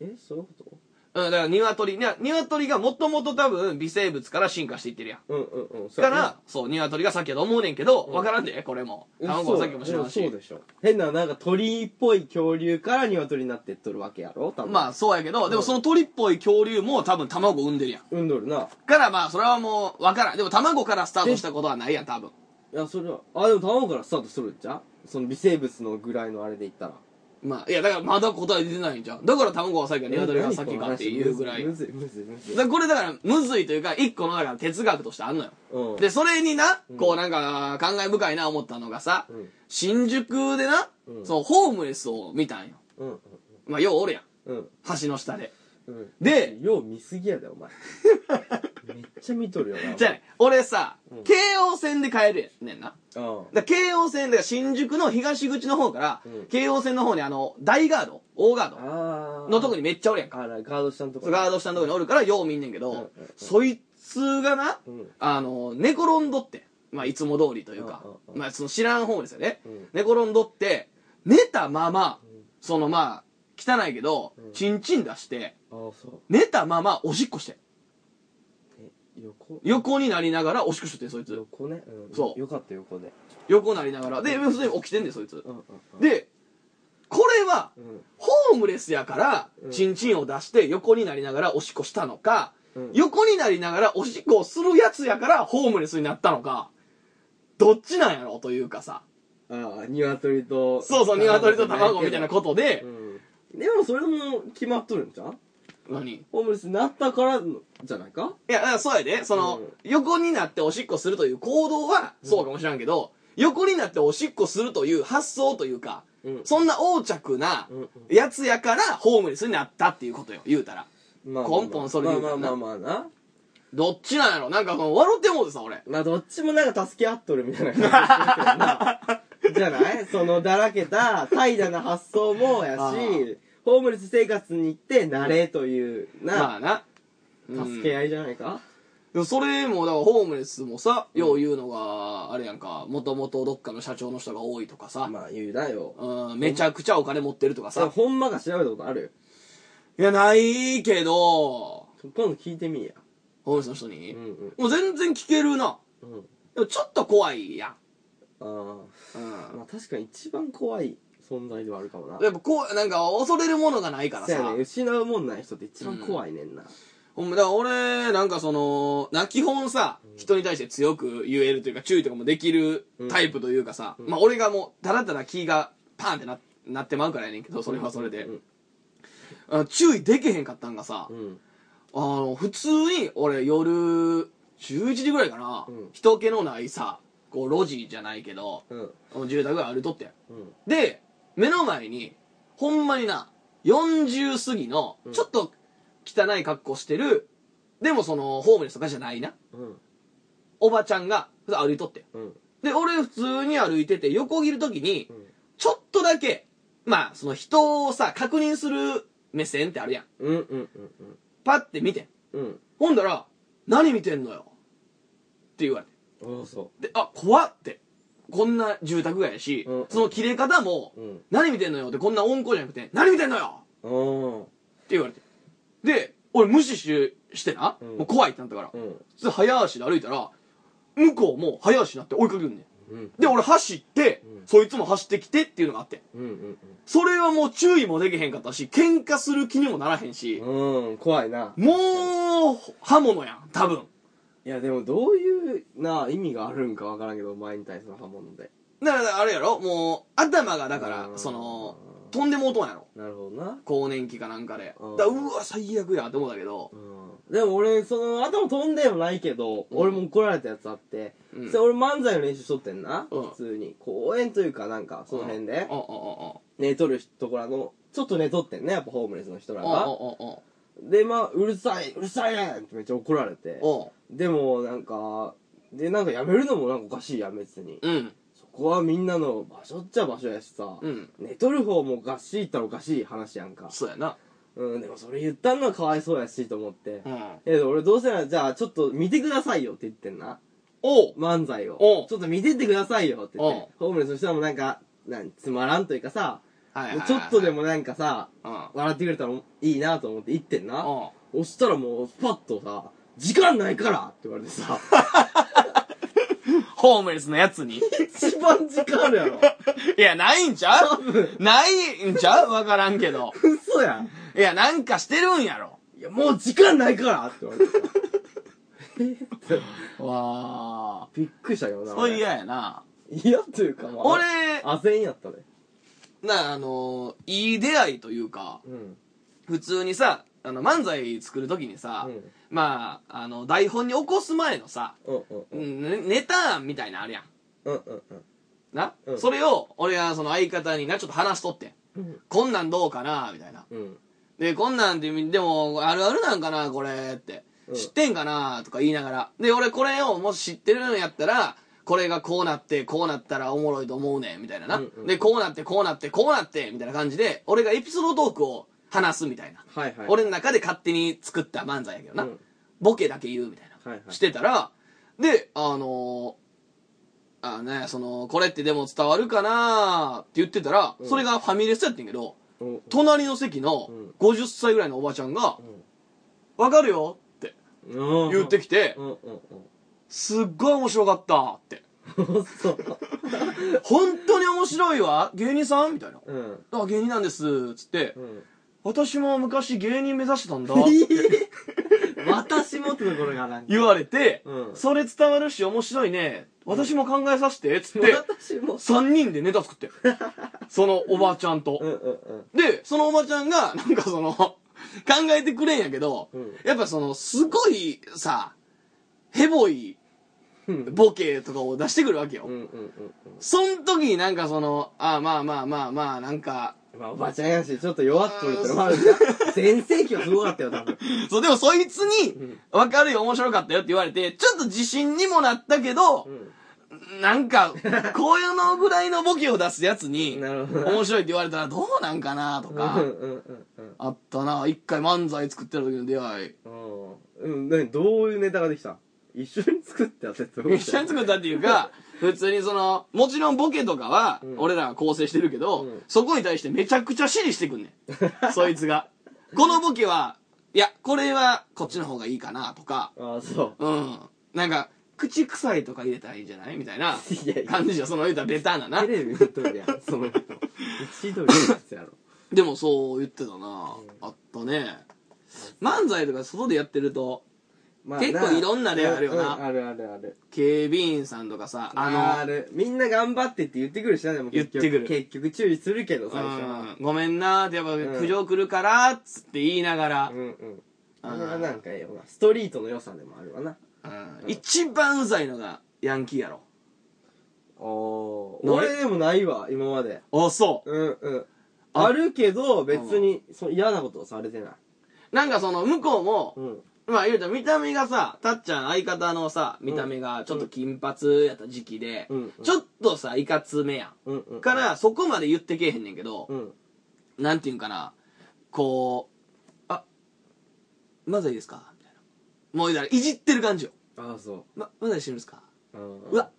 Speaker 2: え、そういうこ
Speaker 3: うんだから鶏ね鶏がもともと多分微生物から進化していってるやん
Speaker 2: とうんうんうん。そ
Speaker 3: だか
Speaker 2: うやな
Speaker 3: ら、そう、鶏が先やと思うねんけど、
Speaker 2: うん
Speaker 3: わからんで、これも。
Speaker 2: うん
Speaker 3: 卵は先かもしれない
Speaker 2: そう
Speaker 3: し
Speaker 2: うん。そうでしょ変ななんか鳥っぽい恐竜から鶏になってっとるわけやろ多分
Speaker 3: まあ、そうやけど、でもその鳥っぽい恐竜も多分卵を産んでるやん。
Speaker 2: うんどるな
Speaker 3: からまあ、それはもう、わからん。でも卵からスタートしたことはないやん、多分。
Speaker 2: いやそれはあでも卵からスタートするんじゃんその微生物のぐらいのあれでいったら
Speaker 3: まあ、いや、だからまだ答え出てないんじゃん。だから卵は先か鶏が先かっていうぐらい。
Speaker 2: む
Speaker 3: だか
Speaker 2: ずいむずいむずい
Speaker 3: らこれだから、むずいというか、一個のだから哲学としてあんのよ。
Speaker 2: うん
Speaker 3: で、それにな
Speaker 2: うん、
Speaker 3: こうなんか、感慨深いな思ったのがさ
Speaker 2: う、ん
Speaker 3: 新宿でな
Speaker 2: う、ん
Speaker 3: そのホームレスを見たんよ。
Speaker 2: うん
Speaker 3: まあ、ようおるやん。
Speaker 2: うん
Speaker 3: 橋の下で。
Speaker 2: うん
Speaker 3: で、
Speaker 2: よう見すぎやだよお 前めっちゃ見とるよな
Speaker 3: じゃあね、俺さ、
Speaker 2: うん
Speaker 3: 京王線で帰るねんな。だ
Speaker 2: うん
Speaker 3: から京王線、だから新宿の東口の方から、
Speaker 2: うん
Speaker 3: 京王線の方にあの、大ガード、大ガード
Speaker 2: ああ
Speaker 3: のとこにめっちゃおるやんか。
Speaker 2: あらガード下のとこ
Speaker 3: ガード下のとこにおるから、よう見んねんけど、
Speaker 2: うんうんうん
Speaker 3: そいつがな、
Speaker 2: うん
Speaker 3: あの、寝転んどって、まあ、いつも通りというか、
Speaker 2: うんうんうん
Speaker 3: まあ、その知らん方ですよね。
Speaker 2: うん
Speaker 3: 寝転んどって、寝たまま、そのまあ、汚いけど、
Speaker 2: うん
Speaker 3: チンチン出して、
Speaker 2: ああそう
Speaker 3: 寝たままおしっこして、
Speaker 2: え横
Speaker 3: 横になりながらおしっこしてて、そいつ。
Speaker 2: 横ねうん
Speaker 3: そう
Speaker 2: よかった横で
Speaker 3: 横なりながら。で、要するに起きてんで、そいつ
Speaker 2: う。んうんうん
Speaker 3: で、これは、
Speaker 2: うん
Speaker 3: ホームレスやから
Speaker 2: う、ん
Speaker 3: チンチンを出して横になりながらおしっこしたのか、
Speaker 2: うん
Speaker 3: 横になりながらおしっこをするやつやからホームレスになったのか、どっちなんやろというかさ。
Speaker 2: ああ鶏と
Speaker 3: そうそう、鶏と卵みたいな
Speaker 2: と
Speaker 3: ことで、
Speaker 2: でもそれも決まっとるんじゃん
Speaker 3: 何い
Speaker 2: ホームレスになったからのじゃないか
Speaker 3: や、だからそうやで、その、
Speaker 2: うん
Speaker 3: 横になっておしっこするという行動は、そうかもしらんけど、横になっておしっこするという発想というか、
Speaker 2: うん
Speaker 3: そんな横着な
Speaker 2: うんうん
Speaker 3: やつやからホームレスになったっていうことよ、言うたら。
Speaker 2: まあまあまあ
Speaker 3: 根本それ
Speaker 2: ま
Speaker 3: で
Speaker 2: あ
Speaker 3: 言うか
Speaker 2: まあ
Speaker 3: ら
Speaker 2: ま
Speaker 3: な
Speaker 2: あまあな。
Speaker 3: どっちなんやろなんかこの笑ってもうてさ、俺。
Speaker 2: まあどっちもなんか助け合っとるみたいな感じするけどな。じゃないそのだらけた怠惰な発想もや
Speaker 3: ああ
Speaker 2: し、ホームレス生活に行って慣れという
Speaker 3: まあ
Speaker 2: な、
Speaker 3: な。うん
Speaker 2: 助け合いじゃないか、
Speaker 3: でもそれも、だからホームレスもさ、よう言うのが、あれやんか、もともとどっかの社長の人が多いとかさ、
Speaker 2: まあ言うなよ。
Speaker 3: うん、めちゃくちゃお金持ってるとか
Speaker 2: さ、
Speaker 3: さ。
Speaker 2: ほんまか調べたことある
Speaker 3: いや、ないけど、
Speaker 2: 今度聞いてみいや。
Speaker 3: ホームレスの人に。
Speaker 2: うんうん
Speaker 3: もう全然聞けるな。
Speaker 2: うん。
Speaker 3: でもちょっと怖いやん。
Speaker 2: ああ。
Speaker 3: う
Speaker 2: まあ確かに一番怖い存在ではあるかもな。
Speaker 3: ん。やっぱこう、なんか恐れるものがないから
Speaker 2: そうや
Speaker 3: さ
Speaker 2: ね、。失うもんない人って一番怖いねんな。
Speaker 3: ほんま、だから俺、なんかその、な、基本さ、人に対して強く言えるというか、注意とかもできるタイプというかさ、まあ俺がもう、ただただ気がパーンってな、なってまうからやねんけど、それはそれで。
Speaker 2: うん
Speaker 3: あ注意できへんかったんがさ、
Speaker 2: うん。
Speaker 3: あの、普通に俺夜、11時ぐらいかな、
Speaker 2: うん
Speaker 3: 人気のないさ、こう路地じゃないけど、
Speaker 2: うん。
Speaker 3: 住宅街歩いとってん。
Speaker 2: うん。
Speaker 3: で、目の前に、ほんまにな、40過ぎの
Speaker 2: う、ん
Speaker 3: ちょっと汚い格好してる、でもその、ホームレスとかじゃないな、
Speaker 2: うん。
Speaker 3: おばちゃんが普通歩いとって。
Speaker 2: うん。
Speaker 3: で、俺普通に歩いてて、横切るときに
Speaker 2: う、ん
Speaker 3: ちょっとだけ、まあ、その人をさ、確認する目線ってあるやん。
Speaker 2: うんうんうん
Speaker 3: パッて見てん。
Speaker 2: うん
Speaker 3: ほんだら、何見てんのよって言われて。
Speaker 2: うんそ
Speaker 3: で、あ、怖って。こんな住宅街やし、
Speaker 2: うん
Speaker 3: その切れ方も、
Speaker 2: ううん
Speaker 3: 何見てんのよってこんな温厚じゃなくて、何見てんのよ
Speaker 2: うん
Speaker 3: って言われて。で、俺無視ししてな、
Speaker 2: うん
Speaker 3: もう怖いってなったから、
Speaker 2: うん
Speaker 3: それ早足で歩いたら、向こうも早足になって追いかけるんね
Speaker 2: うん
Speaker 3: ん。で、俺走って、
Speaker 2: うん
Speaker 3: そいつも走ってきてっていうのがあって。
Speaker 2: うん
Speaker 3: それはもう注意もできへんかったし、喧嘩する気にもならへんし、
Speaker 2: うんうん怖いな
Speaker 3: もう、刃物やん、多分。
Speaker 2: いやでもどういうな意味があるんかわからんけどお前に対する刃物で
Speaker 3: だから、あれやろもう、頭が、だから
Speaker 2: う、ん
Speaker 3: その、とんでもうとんやろ
Speaker 2: なるほどな
Speaker 3: 更年期かなんかで。
Speaker 2: うん
Speaker 3: だからうわ、最悪やって思ったけど
Speaker 2: う、んでも俺その頭飛んでもないけど俺も怒られたやつあって
Speaker 3: うん
Speaker 2: それ俺漫才の練習しとってんな
Speaker 3: うん
Speaker 2: 普通に公園というかなんかその辺で
Speaker 3: うんうんうんうん
Speaker 2: 寝とるところのちょっと寝とってんねやっぱホームレスの人ら
Speaker 3: うん
Speaker 2: が
Speaker 3: うんうん
Speaker 2: でまあうるさいうるさいねんってめっちゃ怒られてでもなんかでなんかやめるのもなんかおかしいやん別に
Speaker 3: うん。うん。
Speaker 2: そこはみんなの場所っちゃ場所やしさ、
Speaker 3: うん。
Speaker 2: 寝とる方もおかしいったらおかしい話やんか
Speaker 3: そうやな。
Speaker 2: うんでもそれ言ったのはかわいそうやしと思って、
Speaker 3: うん。
Speaker 2: え俺どうせならじゃあちょっと見てくださいよって言ってんな
Speaker 3: おう
Speaker 2: 漫才
Speaker 3: お
Speaker 2: を
Speaker 3: う
Speaker 2: ちょっと見てってくださいよって言ってホームレスの人らもなんかなんつまらんというかさ
Speaker 3: はいはいはいはい
Speaker 2: ちょっとで。もなんかさ
Speaker 3: うん。うん。
Speaker 2: 笑ってくれたらいいなと思って行ってんな押したらもうパッとさ「時間ないから!」って言われてさ
Speaker 3: ホームレスのやつに。
Speaker 2: 一番時間あるやろ
Speaker 3: いや、ないんちゃ
Speaker 2: 多
Speaker 3: う
Speaker 2: 分
Speaker 3: ないんちゃうわからんけど。
Speaker 2: 嘘やん
Speaker 3: いや、なんかしてるんやろ。
Speaker 2: いや、もう時間ないからって言われてさ
Speaker 3: わあ。
Speaker 2: びっくりしたけどな。
Speaker 3: そう
Speaker 2: 俺
Speaker 3: 嫌やな。
Speaker 2: 嫌というか、まあ
Speaker 3: 俺、
Speaker 2: あぜんやったね。
Speaker 3: な、あの、いい出会いというか、
Speaker 2: うん。
Speaker 3: 普通にさ、あの、漫才作るときにさ、
Speaker 2: うん
Speaker 3: まあ、あの、台本に起こす前のさ、
Speaker 2: うんうん
Speaker 3: う
Speaker 2: うん。
Speaker 3: んねネタみたいなのあるやん。
Speaker 2: うんうんうん。
Speaker 3: な、
Speaker 2: うん
Speaker 3: それを、俺がその相方にな、ちょっと話しとってん。
Speaker 2: うん
Speaker 3: こんなんどうかなみたいな。
Speaker 2: うん。
Speaker 3: で、こんなんで、でも、あるあるなんかな、これって
Speaker 2: う。ん
Speaker 3: 知ってんかなとか言いながら。で、俺これをもし知ってるんやったら、これがこうなって、こうなったらおもろいと思うねん、みたいなな。
Speaker 2: うんうん
Speaker 3: で、こうなって、こうなって、こうなって、みたいな感じで、俺がエピソードトークを話すみたいな。
Speaker 2: はいはい。
Speaker 3: 俺の中で勝手に作った漫才やけどな。
Speaker 2: うん
Speaker 3: ボケだけ言うみたいな。
Speaker 2: はいはい。
Speaker 3: してたら、で、あのーあのね、その、これってでも伝わるかなって言ってたら、
Speaker 2: うん
Speaker 3: それがファミレスやってんけど、
Speaker 2: おうん。
Speaker 3: 隣の席の
Speaker 2: うん
Speaker 3: 50歳ぐらいのおばちゃんが、わかるよって
Speaker 2: うん。
Speaker 3: 言ってきて
Speaker 2: う、んうんうん。
Speaker 3: すっごい面白かったって。
Speaker 2: そう。
Speaker 3: 本当に面白いわ芸人さんみたいな。
Speaker 2: うん。
Speaker 3: あ、芸人なんです。つって
Speaker 2: う、ん。
Speaker 3: 私も昔芸人目指してたんだ。
Speaker 2: 私もってところがなんか。
Speaker 3: 言われて、
Speaker 2: うん
Speaker 3: それ伝わるし面白いね。私も考えさせて。つって、
Speaker 2: 私も。
Speaker 3: 3人でネタ作 って。そのおばちゃんと。
Speaker 2: うんうん
Speaker 3: で、そのおばちゃんが、なんかその、考えてくれんやけど、
Speaker 2: うん
Speaker 3: やっぱその、すごいさ、ヘボい
Speaker 2: うん
Speaker 3: ボケとかを出してくるわけよ。
Speaker 2: うんうんうん
Speaker 3: そん時になんかその、ああまあまあまあまあ、なんか、
Speaker 2: うんまあおばちゃんやしちょっと弱っとるってのもあるじゃん全盛期はすごかったよ多分
Speaker 3: そう、でもそいつ
Speaker 2: うん
Speaker 3: に、わかるよ、面白かったよって言われて、ちょっと自信にもなったけど、なんか、こういうのぐらいのボケを出すやつ
Speaker 2: う
Speaker 3: に
Speaker 2: ん、なるほど
Speaker 3: 面白いって言われたらどうなんかなとか
Speaker 2: う、んうんうんうん
Speaker 3: あったな。一回漫才作ってる時の出会い。
Speaker 2: うん、何どういうネタができた一緒に作ってやってってこと
Speaker 3: 一緒に作ったっていうか、 普通にその、もちろんボケとかは
Speaker 2: うん、
Speaker 3: 俺らが構成してるけど、
Speaker 2: うん
Speaker 3: そこに対してめちゃくちゃ指示してくんね ん。そいつが。このボケは、いや、これはこっちの方がいいかなとか、
Speaker 2: ああそ
Speaker 3: うん。なんか、口臭いとか入れたらいいんじゃないみたいな
Speaker 2: う いやいや
Speaker 3: 感じじゃん、その言うたらベタなな
Speaker 2: テ。レビ見とるやんその人一度見るやつ やろ
Speaker 3: でもそう言ってたな。あったね。漫才とか外でやってると、
Speaker 2: まあ
Speaker 3: 結構いろんな例あるよな
Speaker 2: うんうんあるあるある
Speaker 3: 警備員さんとかさ、あ
Speaker 2: あ
Speaker 3: の、
Speaker 2: のあるみんな頑張ってって言ってくるしなでも結局
Speaker 3: 言ってく
Speaker 2: 結局注意するけど最初
Speaker 3: うん
Speaker 2: は、
Speaker 3: ごめんなーってやっ
Speaker 2: ん
Speaker 3: ぱ苦情来るからっつって言いながら
Speaker 2: うん、うん
Speaker 3: あ
Speaker 2: あ
Speaker 3: ー
Speaker 2: れはなんかええよなストリートの良さでもあるわな
Speaker 3: うん一番うざいのがヤンキーやろ
Speaker 2: お
Speaker 3: ない
Speaker 2: 俺でもないわ今まで
Speaker 3: あそ
Speaker 2: うんうん
Speaker 3: あ
Speaker 2: あるけど別にそう嫌なことはされてないう
Speaker 3: なんかその向こうも、
Speaker 2: うん
Speaker 3: まあ言うたら見た目がさたっちゃん相方のさ見た目がちょっと金髪やった時期で、
Speaker 2: うん
Speaker 3: ちょっとさいかつめや
Speaker 2: うんうん
Speaker 3: んからそこまで言ってけえへんねんけど、
Speaker 2: うん
Speaker 3: なんていうんかなこうあまだいいですかみたいなもう言うたらいじってる感じよ
Speaker 2: ああそ
Speaker 3: ままだしてるんですか
Speaker 2: ううん
Speaker 3: うわ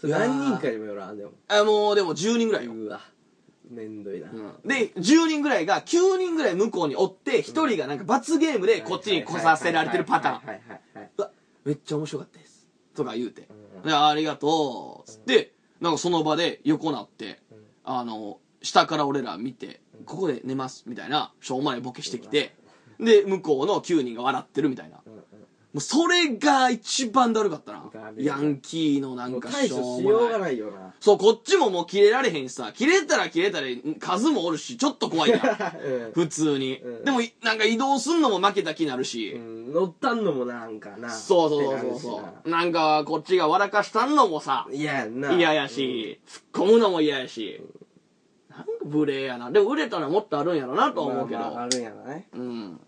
Speaker 2: それ何人かにもよらんでも
Speaker 3: あもうでも10人ぐらいよ
Speaker 2: うわめんどいな
Speaker 3: で、10人ぐらいが、9人ぐらい向こうにおって、1人がなんか罰ゲームでこっちに来させられてるパターン。
Speaker 2: はいはいはいはいう
Speaker 3: わ、めっちゃ面白かったです。とか言うて。
Speaker 2: うん
Speaker 3: で、ありがとう。つって、なんかその場で横なって、あの、下から俺ら見て、ここで寝ます、みたいな、しょうもないボケしてきて、で、向こうの9人が笑ってるみたいな。
Speaker 2: うんうん
Speaker 3: もうそれが一番だるかったな
Speaker 2: だ。るい
Speaker 3: ヤンキーのなん
Speaker 2: もう
Speaker 3: か
Speaker 2: 対
Speaker 3: しょ
Speaker 2: 処
Speaker 3: う
Speaker 2: し
Speaker 3: も
Speaker 2: よう
Speaker 3: な
Speaker 2: が
Speaker 3: い。
Speaker 2: ないよな
Speaker 3: そう、こっちももう切れられへんしさ、切れたら切れたら数もおるし、ちょっと怖い やん。
Speaker 2: うん
Speaker 3: 普通に、
Speaker 2: うん
Speaker 3: でもいなんか移動すんのも負けた気になるし、
Speaker 2: うん乗ったんのもなんかな
Speaker 3: そうそうそう
Speaker 2: って
Speaker 3: そ
Speaker 2: なるし
Speaker 3: うなんかこっちが笑かしたんのもさ
Speaker 2: な嫌やんな
Speaker 3: 嫌やし、突っ込むのも嫌やし、なんか無礼やなでも売れたらもっとあるんやろなとは思うけど、
Speaker 2: まあまああるんやろね
Speaker 3: うん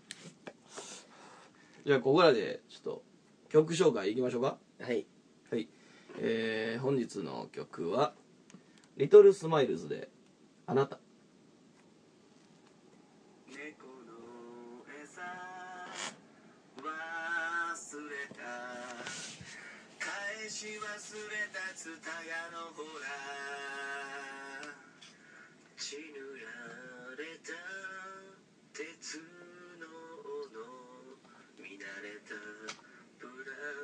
Speaker 3: じゃあここらでちょっと曲紹介いきましょうか
Speaker 2: はい
Speaker 3: はいえー、本日の曲は「リトルスマイルズであなた」
Speaker 4: 猫の餌忘れた返し忘れたツタヤのほら血塗られた鉄の斧見慣れたプラ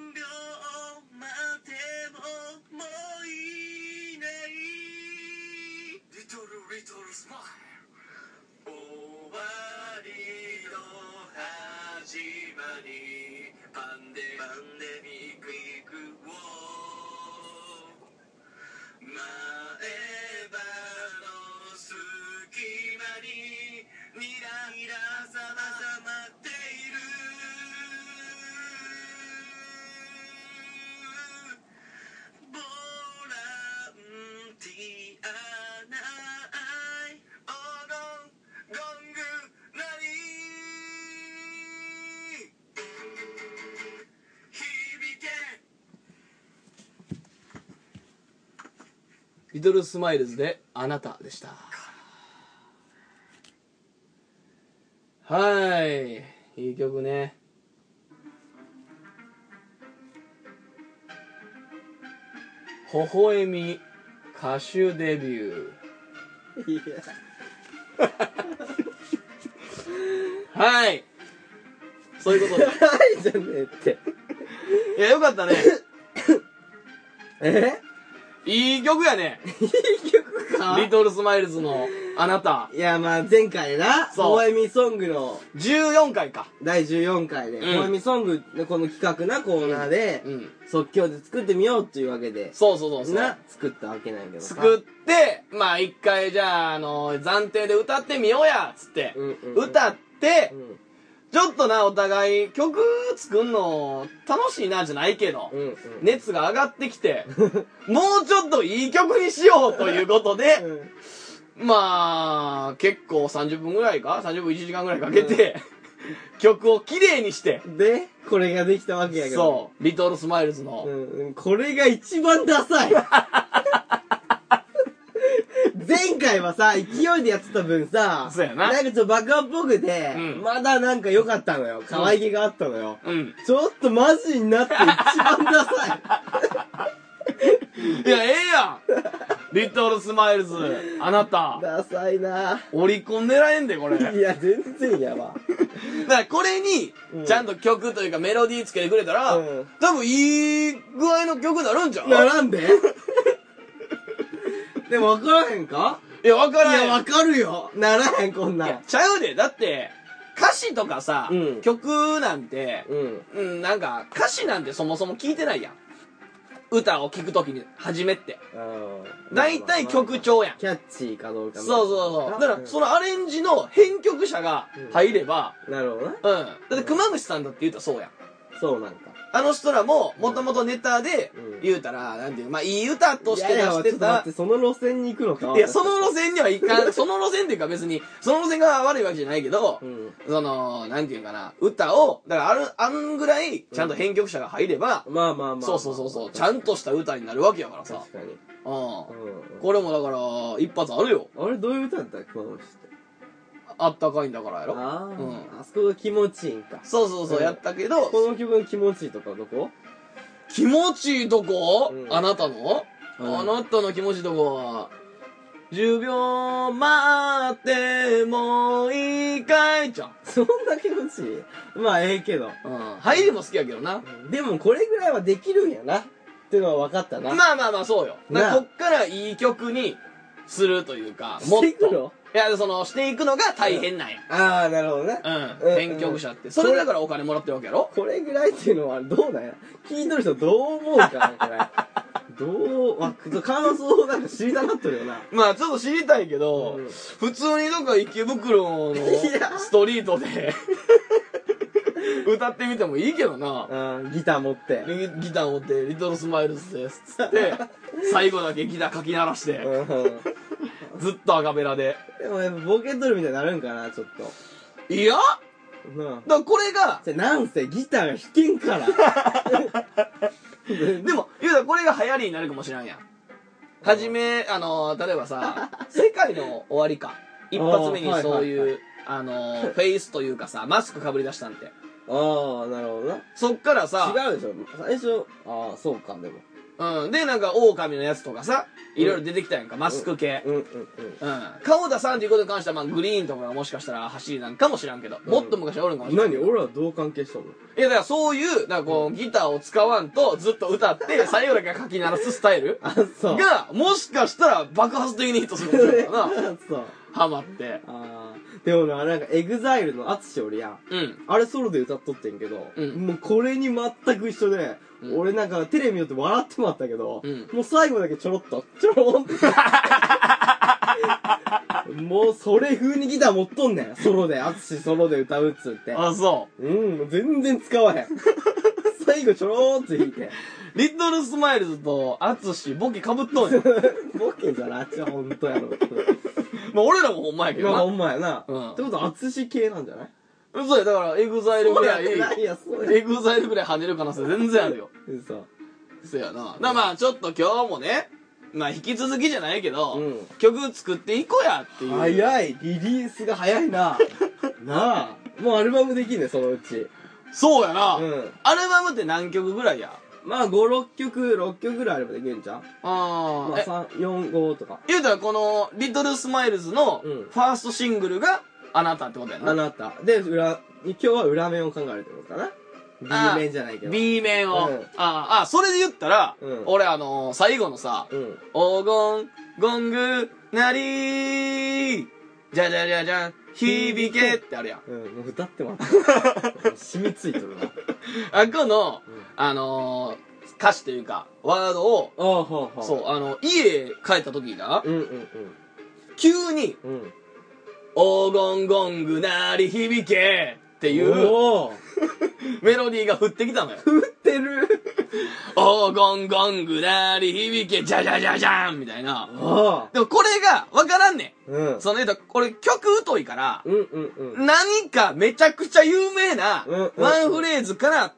Speaker 4: 秒待ってももういないリトルリトルスマイル終わりの始まりパンデパンデミックイクを前歯の隙間にニラニラさまざまっているボランティアな愛オロンゴングなり響け
Speaker 3: リトルスマイルズであなたでした。はい。いい曲ね。微笑み歌手デビュー。
Speaker 2: いや
Speaker 3: はい。そういう ことで。
Speaker 2: はいじゃねえって
Speaker 3: いや、よかったね。
Speaker 2: え
Speaker 3: いい曲やね。
Speaker 2: 曲か
Speaker 3: リトルスマイルズのあなた。
Speaker 2: いや、まあ前回な、
Speaker 3: そう
Speaker 2: 萌えみソングの
Speaker 3: 14回か。
Speaker 2: 第14回で、
Speaker 3: うん
Speaker 2: 萌えみソングのこの企画なコーナーで、
Speaker 3: うん。
Speaker 2: 即興で作ってみようっていうわけで、
Speaker 3: そうそうそうそう。
Speaker 2: な、作ったわけなんやけどさ。
Speaker 3: 作って、まあ一回じゃあ、あの、暫定で歌ってみようやっつって、
Speaker 2: うんうんうん
Speaker 3: 歌って
Speaker 2: う、ん。
Speaker 3: ちょっとな、お互い曲作んの楽しいなじゃないけど、
Speaker 2: うんうん。
Speaker 3: 熱が上がってきて、もうちょっといい曲にしようということ
Speaker 2: う
Speaker 3: で、
Speaker 2: ん。
Speaker 3: まあ、結構30分ぐらいか ?30 分1時間ぐらいかけて、曲をきれいにして、
Speaker 2: で、これができたわけやけど。
Speaker 3: そう、リトルスマイルズの、
Speaker 2: うんうん。これが一番ダサ い。前回はさ、勢いでやってた分さ、
Speaker 3: そうやなん
Speaker 2: かちょっと爆破っぽくて、
Speaker 3: うん
Speaker 2: まだなんか良かったのよ。可愛げがあったのよ。
Speaker 3: うん。
Speaker 2: ちょっとマジになって一番ダサい。
Speaker 3: いや、ええやんリトルスマイルズ、あなた、
Speaker 2: ダサいな
Speaker 3: オリコン狙えんで、これ。
Speaker 2: いや、全然や
Speaker 3: だか
Speaker 2: ば。
Speaker 3: らこれに
Speaker 2: うん、
Speaker 3: ちゃんと曲というかメロディーつけてくれたら、
Speaker 2: うん
Speaker 3: 多分いい具合の曲になるんじゃん
Speaker 2: 並んででも分からへんか
Speaker 3: いや、わ
Speaker 2: い
Speaker 3: からん。
Speaker 2: や、分かるよ。ならへん、こんない
Speaker 3: や
Speaker 2: ん。
Speaker 3: ちゃうで。だって、歌詞とかさ、
Speaker 2: うん
Speaker 3: 曲なんて、
Speaker 2: うん。
Speaker 3: うん、なんか、歌詞なんてそもそも聞いてないやん。歌を聴くときに、初めって。大体曲調やん
Speaker 2: キャッチーかどうか
Speaker 3: そう
Speaker 2: みたいな
Speaker 3: そうそう。だから、そ
Speaker 2: の。
Speaker 3: のアレンジの編曲者が入れば、
Speaker 2: なるほどな。
Speaker 3: うん。だって、熊口さんだって言うたらそうやん。
Speaker 2: そうなんか。
Speaker 3: あの人らも、もともとネタで
Speaker 2: うん、
Speaker 3: 言うたら、なんていう、まあ、いい歌として出
Speaker 2: いやいや
Speaker 3: し
Speaker 2: ち
Speaker 3: て
Speaker 2: ょっと待
Speaker 3: た
Speaker 2: って、。その路線に行くのか。
Speaker 3: いや、その路線にはいか ん、その路線っていうか別に、その路線が悪いわけじゃないけど、
Speaker 2: うん。
Speaker 3: その、なんていうかな、歌を、だからある、あんぐらい、ちゃんと編曲者が入れば、
Speaker 2: まあまあまあまあ。
Speaker 3: そうそうそうそう、ちゃんとした歌になるわけやからさ。
Speaker 2: 確かに。
Speaker 3: うん。こ
Speaker 2: うん。
Speaker 3: れもだから、一発あるよ。
Speaker 2: あれ、どういう歌だったっけ熊本市って。
Speaker 3: あったかいんだからやろ。
Speaker 2: ああ、
Speaker 3: うん
Speaker 2: あそこが気持ちいいんか。
Speaker 3: そうそうそうう、
Speaker 2: ん
Speaker 3: やったけど、
Speaker 2: この曲の気持ちいいとかどこ
Speaker 3: 気持ちいいとこ、
Speaker 2: うん
Speaker 3: あなたの、
Speaker 2: うん
Speaker 3: あなたの気持ちいいとこは、10秒待ってもいいかいじゃん。
Speaker 2: そんな気持ちいいまあ、ええけど。
Speaker 3: うん。入りも好きやけどな。
Speaker 2: でも、これぐらいはできるんやな。ってのは分かったな。
Speaker 3: まあまあまあ、そうよ。だから
Speaker 2: なあ
Speaker 3: こっからいい曲にするというか、も
Speaker 2: し
Speaker 3: って
Speaker 2: いく
Speaker 3: と。
Speaker 2: の
Speaker 3: いや、その、していくのが大変なんや。
Speaker 2: ああ、なるほどね。
Speaker 3: うん。編曲者って。それでだからお金もらってるわけやろ
Speaker 2: これぐらいっていうのはどうなんや聞いとる人どう思うかな、これ。どう、わ、感想をなんか知りたがっとるよな。
Speaker 3: まあ、ちょっと知りたいけど
Speaker 2: うん
Speaker 3: 普通になんか池袋の
Speaker 2: いや
Speaker 3: トリートで歌ってみてもいいけどな。
Speaker 2: あーギター持って。
Speaker 3: リギター持って、リトルスマイルズです。つって、最後だけギターかき鳴らして、
Speaker 2: うん
Speaker 3: ずっとアカペラで。
Speaker 2: でもやっぱボケとるみたいになるんかな、ちょっと。
Speaker 3: いやだか
Speaker 2: うん。
Speaker 3: らこれが、
Speaker 2: じゃ、なんせギターが弾け んから。
Speaker 3: でも、言うたらこれが流行りになるかもしれんやん。はじめ、あのー、例えばさ、世界の終わりか。一発目にそうい
Speaker 2: あーはいはいは
Speaker 3: う、あのー、フェイスというかさ、マスクかぶり出したんて。
Speaker 2: ああ、なるほど
Speaker 3: そっからさ、
Speaker 2: な。違うでしょ。最初、ああ、そうか、でも。
Speaker 3: うん。で、なんか、狼のやつとかさ、いろいろ出てきたやんか、マスク系。
Speaker 2: うんうんうん。
Speaker 3: うん。顔田さんっていうことに関しては、まあ、グリーンとかがもしかしたら走りなんかもしらんけど、もっと昔はおるんかもしれんけ
Speaker 2: 何
Speaker 3: ど。
Speaker 2: 俺らどう関係したの
Speaker 3: いや、だからそういう、だからこう、ギターを使わんと、ずっと歌 って、最後だけ書き鳴らすスタイル
Speaker 2: あ、そう。
Speaker 3: が、もしかしたら爆発的にヒットするかもしれんからな。
Speaker 2: あそう。
Speaker 3: ハマって。
Speaker 2: あーでもな、なんか、エグザイルのアツシおるやん。
Speaker 3: うん。
Speaker 2: あれソロで歌っとってんけど、
Speaker 3: うん
Speaker 2: もうこれに全く一緒で、
Speaker 3: うん
Speaker 2: 俺なんかテレビ見って笑ってもらったけど、
Speaker 3: うん
Speaker 2: もう最後だけちょろっと、ちょろんって。もうそれ風にギター持っとんねん。ソロで、アツシソロで歌うっつって。
Speaker 3: あ、そ
Speaker 2: うん、もう全然使わへん。最後ちょろーんって弾いて。
Speaker 3: う。リトルスマイルズと、アツシ、ボケ被っとんや。
Speaker 2: ボケじゃな、ちょ、ほんとやろ。
Speaker 3: まあ、俺らもほんまやけ
Speaker 2: まあ、ほ
Speaker 3: ど
Speaker 2: んまやな。
Speaker 3: うん
Speaker 2: ってことは、アツシ系なんじゃない
Speaker 3: な。嘘や、だから、エグザイルぐらい、
Speaker 2: そうやないや、そうや。
Speaker 3: エグザイルぐらい跳ねる可能性全然あるよ。
Speaker 2: 嘘。
Speaker 3: そうやな。だからまあ、ちょっと今日もね、まあ、引き続きじゃないけど、
Speaker 2: うん
Speaker 3: 曲作っていこうやっていう。
Speaker 2: 早いリリースが早い ななあもうアルバムできんねそのうち
Speaker 3: そうやな。
Speaker 2: うん
Speaker 3: アルバムって何曲ぐらいや
Speaker 2: まあ56曲6曲ぐらいあればできるんじゃん
Speaker 3: ああ、
Speaker 2: まあ
Speaker 3: え
Speaker 2: 345とか
Speaker 3: 言うたらこの、リトルスマイルズの、
Speaker 2: うん
Speaker 3: ファーストシングルが、あなたってことや
Speaker 2: あ
Speaker 3: な。
Speaker 2: なたで裏今日は裏面を考えるってことかな B
Speaker 3: あー
Speaker 2: 面じゃないけど
Speaker 3: B 面を。
Speaker 2: うん
Speaker 3: ああ、それで言ったら、
Speaker 2: うん
Speaker 3: 俺あのー最後のさ、
Speaker 2: うん
Speaker 3: 黄金、ゴング、なりー、じゃじゃじゃじゃん、響けってあるやん。
Speaker 2: うんもう歌ってもらった 染みついとるな
Speaker 3: あっこの
Speaker 2: うん、
Speaker 3: あのー歌詞というか、ワードを、
Speaker 2: ああはあは
Speaker 3: そう、あの、家帰った時にな、
Speaker 2: うんうんうん
Speaker 3: 急に、
Speaker 2: うん
Speaker 3: 黄金ゴングなり響けっていう
Speaker 2: おお
Speaker 3: メロディーが降ってき たのよ。
Speaker 2: 振ってる
Speaker 3: 黄金ゴングなり響け、じゃじゃじゃじゃんみたいな。
Speaker 2: ああ
Speaker 3: でもこれがわからんね
Speaker 2: うん
Speaker 3: ん。その言うと、これ曲疎いから、
Speaker 2: うんうんうん
Speaker 3: 何かめちゃくちゃ有名な
Speaker 2: うんうん
Speaker 3: ワンフレーズから、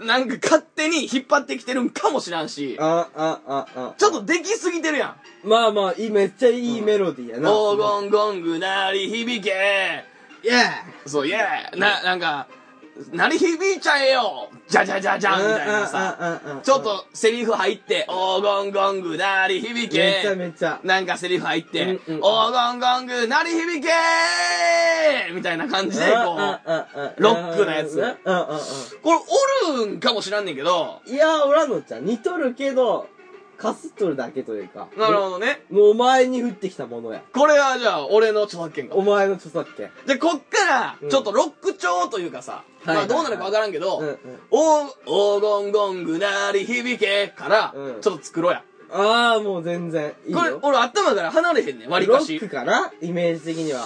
Speaker 3: なんか勝手に引っ張ってきてるんかもしらんし、
Speaker 2: ああああ
Speaker 3: ちょっとできすぎてるやん。
Speaker 2: まあまあいいめっちゃいいメロディーやな
Speaker 3: 黄金ゴング鳴り響け
Speaker 2: いや
Speaker 3: そう、イェーな、なんか、鳴り響いちゃえよじゃじゃじゃじゃんみたいなさ、
Speaker 2: さ
Speaker 3: ちょっとセリフ入って、黄金ゴング鳴り響
Speaker 2: めちゃ
Speaker 3: け
Speaker 2: めちゃ
Speaker 3: なんかセリフ入って、
Speaker 2: うんうん
Speaker 3: 黄金ゴング鳴り響けみたいな感じで、こう、
Speaker 2: う
Speaker 3: ロックのやつ
Speaker 2: うんうんうん
Speaker 3: これおるんかもしらんねんけど、
Speaker 2: うんいやおらんのちゃん似とるけどかすっとるだけというか
Speaker 3: なるほどね。
Speaker 2: もうお前に降ってきたものや
Speaker 3: これはじゃあ、俺の著作権か
Speaker 2: お。前の著作権
Speaker 3: で、こっか
Speaker 2: う
Speaker 3: ら、
Speaker 2: ん
Speaker 3: ちょっとロック調というかさ、
Speaker 2: はい
Speaker 3: まあどうなるかわからんけど、
Speaker 2: うんうん
Speaker 3: お黄金ゴング鳴り響けから、
Speaker 2: うん
Speaker 3: ちょっと作ろうや。
Speaker 2: ああもう全然いい
Speaker 3: これ
Speaker 2: よ、
Speaker 3: 俺頭から離れへんねん、割
Speaker 2: ロ
Speaker 3: か
Speaker 2: ック
Speaker 3: し。
Speaker 2: かなイメージ的には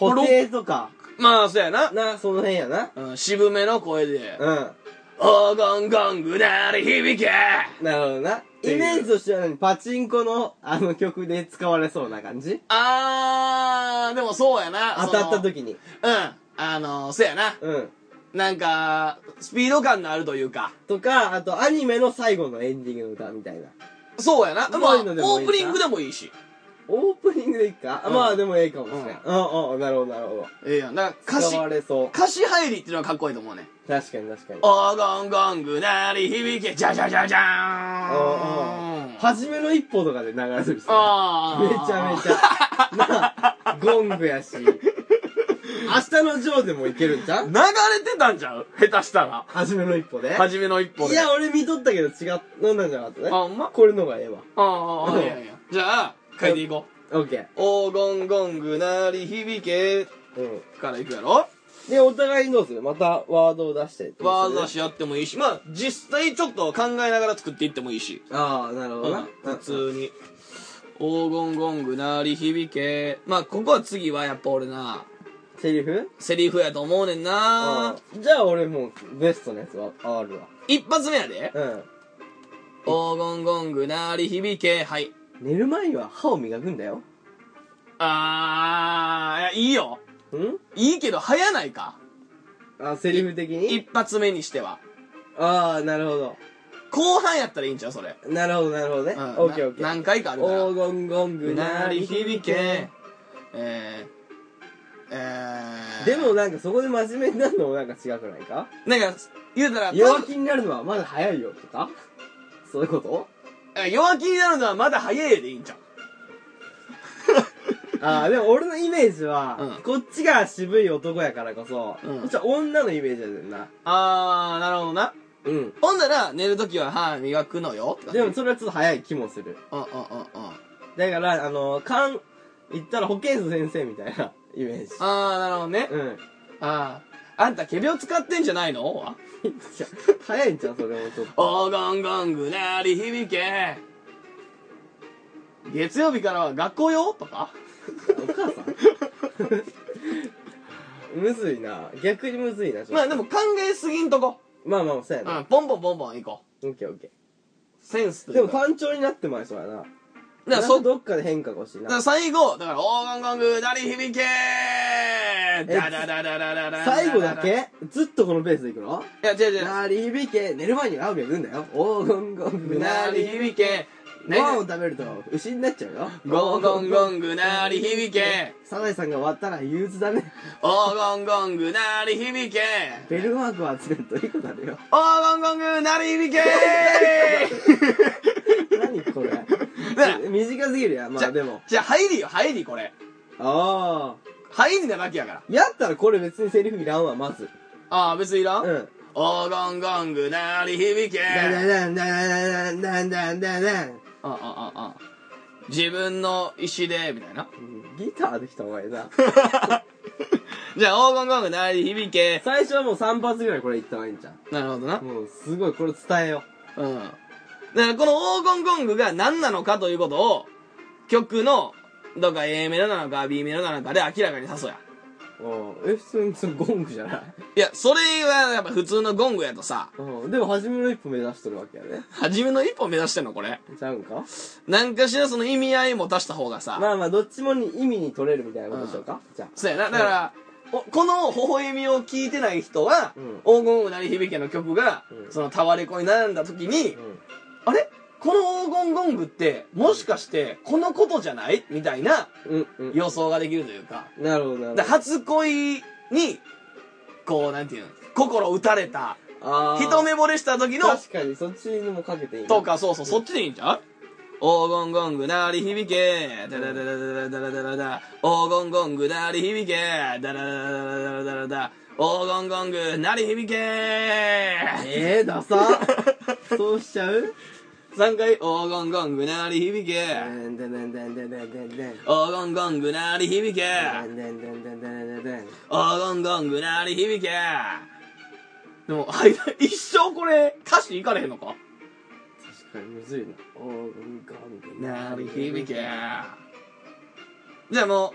Speaker 2: 補正とか
Speaker 3: まあ、そうやな。
Speaker 2: なその辺やな
Speaker 3: うん、渋めの声で、
Speaker 2: うん
Speaker 3: 黄金ゴング鳴り響け
Speaker 2: なるほどな。イメージとしては何パチンコのあの曲で使われそうな感じ
Speaker 3: あー、でもそうやな。
Speaker 2: 当たった
Speaker 3: その
Speaker 2: 時に。
Speaker 3: うん。あの、そうやな。
Speaker 2: うん。
Speaker 3: なんか、スピード感のあるというか、
Speaker 2: とか、あとアニメの最後のエンディングの歌みたいな。
Speaker 3: そうやな。
Speaker 2: う
Speaker 3: ま
Speaker 2: ま
Speaker 3: あ、オ
Speaker 2: いのでもいいな
Speaker 3: ープニングでもいいし。
Speaker 2: オープニングでいいか、あ
Speaker 3: うん
Speaker 2: まあでもええかもしれない。うんうん、なるほどなるほど。
Speaker 3: ええやん。だから歌詞
Speaker 2: 使、われそう。
Speaker 3: 歌詞入りっていうのはかっこいいと思うね。
Speaker 2: 確かに確かに。
Speaker 3: 黄金ゴング鳴り響け、じゃじゃじゃじゃ
Speaker 2: うんうん
Speaker 3: ーん。
Speaker 2: 初めの一歩とかで流れてるし。
Speaker 3: あ
Speaker 2: めちゃめち
Speaker 3: ゃ。
Speaker 2: ゃ。なあ、ゴングやし。明日のジョーでもいけるんじゃん
Speaker 3: 流れてたんちゃう下手したら。
Speaker 2: 初めの一歩で。
Speaker 3: 初めの一歩
Speaker 2: い
Speaker 3: で。
Speaker 2: や、俺見とったけど違う、なんなんじゃなかった
Speaker 3: あ、
Speaker 2: ね。
Speaker 3: ほんま
Speaker 2: これのがええわ。
Speaker 3: ああ、いやいや。じゃあ、書いていこ
Speaker 2: オッケ
Speaker 3: う。黄金ゴング鳴り響け
Speaker 2: ー。うん。
Speaker 3: からいくやろ
Speaker 2: で、お互いにどうするまたワードを出して。
Speaker 3: わざしやってもいいし、まあ、実際ちょっと考えながら作っていってもいいし。
Speaker 2: ああ、なるほどな。
Speaker 3: 普通に。黄金ゴング鳴り響け。まあ、ここは次はやっぱ俺な、
Speaker 2: セリフ
Speaker 3: セリフやと思うねんな
Speaker 2: あ。あ。じゃあ俺もうベストのやつはあるわ。
Speaker 3: 一発目やで。
Speaker 2: う
Speaker 3: 黄
Speaker 2: ん。
Speaker 3: 金ゴング鳴り響け。はい。
Speaker 2: 寝る前には歯を磨くんだよ。
Speaker 3: あー、いや、いいよ。
Speaker 2: ん
Speaker 3: いいけど、早ないか。
Speaker 2: あ、セリフ的に
Speaker 3: 一発目にしては。
Speaker 2: ああ、なるほど。
Speaker 3: 後半やったらいいんちゃうそれ。
Speaker 2: なるほど、なるほどね。
Speaker 3: う
Speaker 2: オ
Speaker 3: ん
Speaker 2: ッケーオッケ
Speaker 3: な
Speaker 2: ー。
Speaker 3: 何回かあるから。
Speaker 2: 黄金ゴング鳴り響け。。
Speaker 3: えー、えー、
Speaker 2: でも、なんかそこで真面目になるのもなんか違くないか
Speaker 3: なんか、言うたら、
Speaker 2: 弱気になるのはまだ早いよとかそういうこと
Speaker 3: え弱気になるのはまだ早いでいいんちゃう
Speaker 2: ああ、でも俺のイメージは、
Speaker 3: うん
Speaker 2: こっちが渋い男やからこそ、
Speaker 3: うん
Speaker 2: こっちは女のイメージやねんな。
Speaker 3: あー、なるほどな。
Speaker 2: うん。
Speaker 3: ほんなら、寝るときは歯磨くのよ。
Speaker 2: でも、それはちょっと早い気もする。
Speaker 3: うんうんうんうん。
Speaker 2: だから、あの、かん、言ったら保健室先生みたいな イメージ。
Speaker 3: あー、なるほどね。
Speaker 2: うん。
Speaker 3: あー、あんた、毛病使ってんじゃないのは
Speaker 2: 早いんちゃうそれもちょっと。
Speaker 3: 黄金ゴング鳴り響け月曜日からは学校よとか
Speaker 2: お母さん むずいな。逆にむずいな、ちょっと
Speaker 3: まあでも考えすぎんとこ、
Speaker 2: まあまあ、そうや
Speaker 3: う
Speaker 2: な。
Speaker 3: ん、ポンポンポンポン行こ
Speaker 2: オッケーオッケ
Speaker 3: うセンスと
Speaker 2: ー。
Speaker 3: い
Speaker 2: で
Speaker 3: う
Speaker 2: も
Speaker 3: か
Speaker 2: 単調になってまいそうやな。
Speaker 3: だから
Speaker 2: なんか
Speaker 3: そだ
Speaker 2: どっかで変化が欲しい
Speaker 3: から
Speaker 2: な。
Speaker 3: 最後だから黄金ゴング鳴り響けダダダダダダダ
Speaker 2: 最後だけずっとこのペースでいくの
Speaker 3: いや違う違う
Speaker 2: 鳴り響け寝る前に青みが来んだよ黄金ゴング鳴
Speaker 3: 鳴
Speaker 2: り
Speaker 3: り
Speaker 2: 響
Speaker 3: 響け
Speaker 2: け
Speaker 3: ね
Speaker 2: ご飯を食べると牛になっちゃうよ
Speaker 3: ゴンゴンゴング鳴り響け
Speaker 2: サザエさんが終わったら憂鬱だね
Speaker 3: 黄金ゴング鳴り響け
Speaker 2: ベルマークは集めるといいことあるよ
Speaker 3: 黄金ゴング鳴り響け
Speaker 2: 何これ
Speaker 3: ら
Speaker 2: 短すぎるやんま
Speaker 3: じゃ
Speaker 2: あでも
Speaker 3: じゃあ入りよ入りこれ
Speaker 2: ああ
Speaker 3: 入りなだけやから
Speaker 2: やったらこれ別にセリフいらんわまず
Speaker 3: ああ別にいらん、
Speaker 2: うん
Speaker 3: 黄金ゴング鳴り響け
Speaker 2: ダダダンダダダンダンダンダンダン
Speaker 3: ああああ自分の意志でみたい な
Speaker 2: うんギターできた方がええな
Speaker 3: じゃあ黄金ゴング鳴り響け
Speaker 2: 最初はもう3発ぐらいこれいった方がいいんじゃん
Speaker 3: なるほどな
Speaker 2: もうすごいこれ伝えよ
Speaker 3: うんだからこの黄金ゴングが何なのかということを曲のどっか A メロなのか B メロなのかで明らかにさそうや
Speaker 2: ううんえ普通にそれゴングじゃない
Speaker 3: いやそれはやっぱ普通のゴングやとさ
Speaker 2: うんでも初めの一歩目指しとるわけやね
Speaker 3: 初めの一歩目指してんのこれ
Speaker 2: ちゃうんか
Speaker 3: なんかしらその意味合いも出した方がさ、
Speaker 2: まあまあどっちもに意味に取れるみたいなことでしょうか、じゃあ
Speaker 3: そうやなだから、おこの微笑みを聞いてない人は、
Speaker 2: うん
Speaker 3: 黄金うなり響けの曲が、
Speaker 2: うん
Speaker 3: そのタワレコに並んだ時に、
Speaker 2: うん
Speaker 3: あれこの黄金ゴングってもしかしてこのことじゃないみたいな
Speaker 2: うんうん
Speaker 3: 予想ができるというか
Speaker 2: なるほどなるほ
Speaker 3: だ
Speaker 2: ど
Speaker 3: 初恋にこうなんていうの心打たれた
Speaker 2: あー
Speaker 3: 一目惚れした時の
Speaker 2: 確かにそっちにもかけていいな
Speaker 3: とかそうそうそっちでいいんちゃう黄金ゴング鳴り響けダラダラダラダラダラダ黄金ゴング鳴り響けダラダラダラダラダラダ黄金ゴング鳴り響け
Speaker 2: えー、 ダサそうしちゃう
Speaker 3: 3回黄金ゴング鳴り響け
Speaker 2: ダンダンダンダンダンダンダンダン
Speaker 3: 黄金ゴング鳴り響け
Speaker 2: ダンダンダンダンダンダン
Speaker 3: 黄金ゴング鳴り響けでも間一生これ歌詞いかれへんのか
Speaker 2: 確かにむずいなおーうんかみたい
Speaker 3: 鳴り響けじゃあもう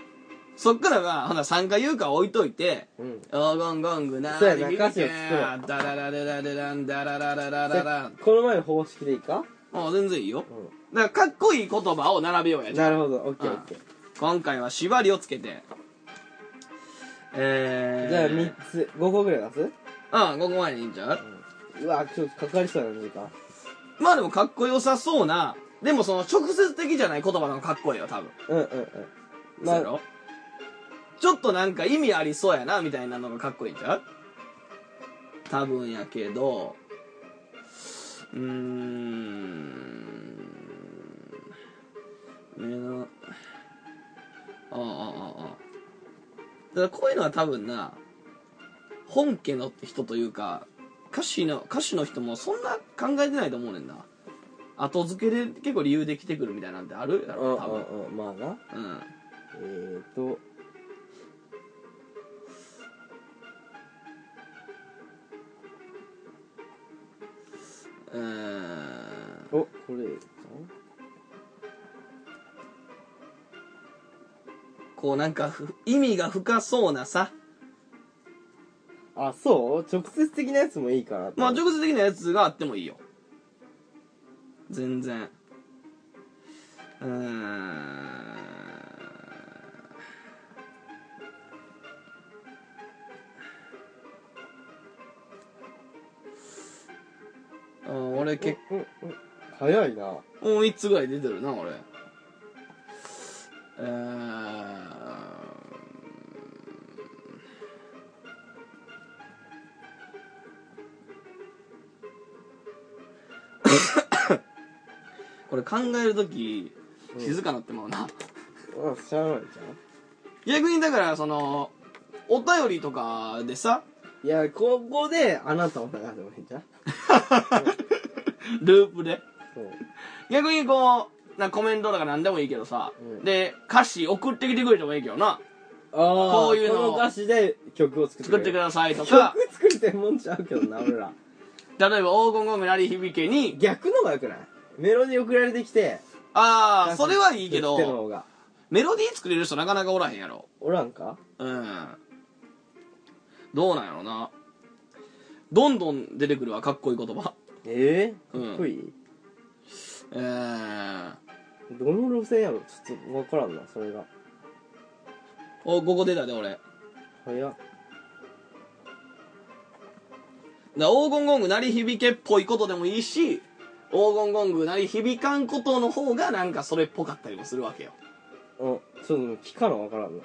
Speaker 3: そっからはほな3回言うか置いといて
Speaker 2: うん
Speaker 3: 黄金ゴングな
Speaker 2: そうやな歌詞を作ろう
Speaker 3: ダラララララランダララララララン
Speaker 2: この前の方式でいいか
Speaker 3: もう全然いいよ
Speaker 2: う
Speaker 3: だからかっこいい言葉を並べようや
Speaker 2: ん
Speaker 3: じゃあ
Speaker 2: なるほどオッケーオッケー
Speaker 3: 今回は縛りをつけてえー、
Speaker 2: じゃあ3つ5個ぐらい出
Speaker 3: あうんここまででいいんちゃう
Speaker 2: すうわちょっとかかりそうやな時間
Speaker 3: まあでもかっこよさそうなでもその直接的じゃない言葉の方がかっこいいよ多分
Speaker 2: うんうんうん
Speaker 3: そうや
Speaker 2: まあ
Speaker 3: ろちょっとなんか意味ありそうやなみたいなのがかっこいいんちゃう多分やけどうーん目のああああああだからこういうのは多分な本家の人というか歌手の歌手の人もそんな考えてないと思うねんな後付けで結構理由できてくるみたいなんてあるや
Speaker 2: うん
Speaker 3: ろ多分
Speaker 2: うんうんまあな
Speaker 3: うん
Speaker 2: えーと
Speaker 3: うーん
Speaker 2: おこれか
Speaker 3: こうなんかふ意味が深そうなさ
Speaker 2: あそう直接的なやつもいいかな
Speaker 3: まあ
Speaker 2: ち
Speaker 3: 直接的なやつがあってもいいよ全然うーんあ俺結
Speaker 2: うんうん早いな
Speaker 3: もう3つぐらい出てるな俺えーこれ考える時静かなってまうな、
Speaker 2: うんしゃあないじゃん
Speaker 3: 逆にだからそのお便りとかでさ
Speaker 2: いや、ここで、あなたを流してもいいんじゃん
Speaker 3: ループで
Speaker 2: そう。
Speaker 3: 逆にこうなコメントとか何でもいいけどさ、
Speaker 2: うん
Speaker 3: で歌詞送ってきてくれてもいいけどな
Speaker 2: あ
Speaker 3: こういうのを
Speaker 2: この歌詞で曲を作って
Speaker 3: 作ってく
Speaker 2: さ
Speaker 3: ださいとか
Speaker 2: 曲作りてんもんちゃうけどな、俺ら。
Speaker 3: 例えば黄金ゴム鳴り響けに
Speaker 2: 逆の方がよくないメロディー送られてきて。
Speaker 3: ああそれはいいけ
Speaker 2: 作っての
Speaker 3: ど
Speaker 2: 方が。
Speaker 3: メロディー作れる人なかなかおらへんやろ
Speaker 2: おらんか
Speaker 3: うんどうなんやろなどんどん出てくるわかっこいい言葉
Speaker 2: ええ
Speaker 3: うん
Speaker 2: かっこいい、
Speaker 3: えー、
Speaker 2: どの路線やろちょっとわからんな、それが。
Speaker 3: おここ出たで俺だか
Speaker 2: 早っ。
Speaker 3: ら黄金ゴング鳴り響けっぽいことでもいいし黄金ゴング鳴り響かんことの方がなんかそれっぽかったりもするわけよ
Speaker 2: うん。ちょっと聞かなわからんな。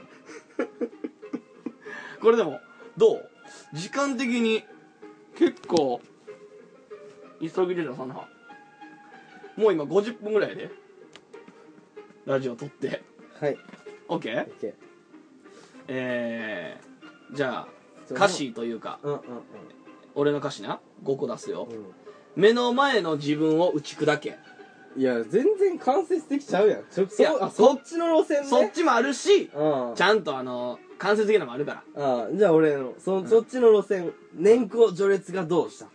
Speaker 3: これでもどう時間的に結構急ぎでだそんなもう今50分ぐらいでラジオ撮って
Speaker 2: はい。オ
Speaker 3: OK?
Speaker 2: ッケー。
Speaker 3: えー、じゃあ
Speaker 2: そう
Speaker 3: 歌詞というか
Speaker 2: うんうんうん。
Speaker 3: 俺の歌詞な5個出すよ、
Speaker 2: う
Speaker 3: 目の前の自分を打ち砕け
Speaker 2: ん、いや全然間接的ちゃうやんちょ
Speaker 3: いや
Speaker 2: そあそっちの路線ね
Speaker 3: そっちもあるし
Speaker 2: うん
Speaker 3: ちゃんとあの間接的なのもあるから
Speaker 2: ああじゃあ俺のそ,、そっちの路線年功序列がどうした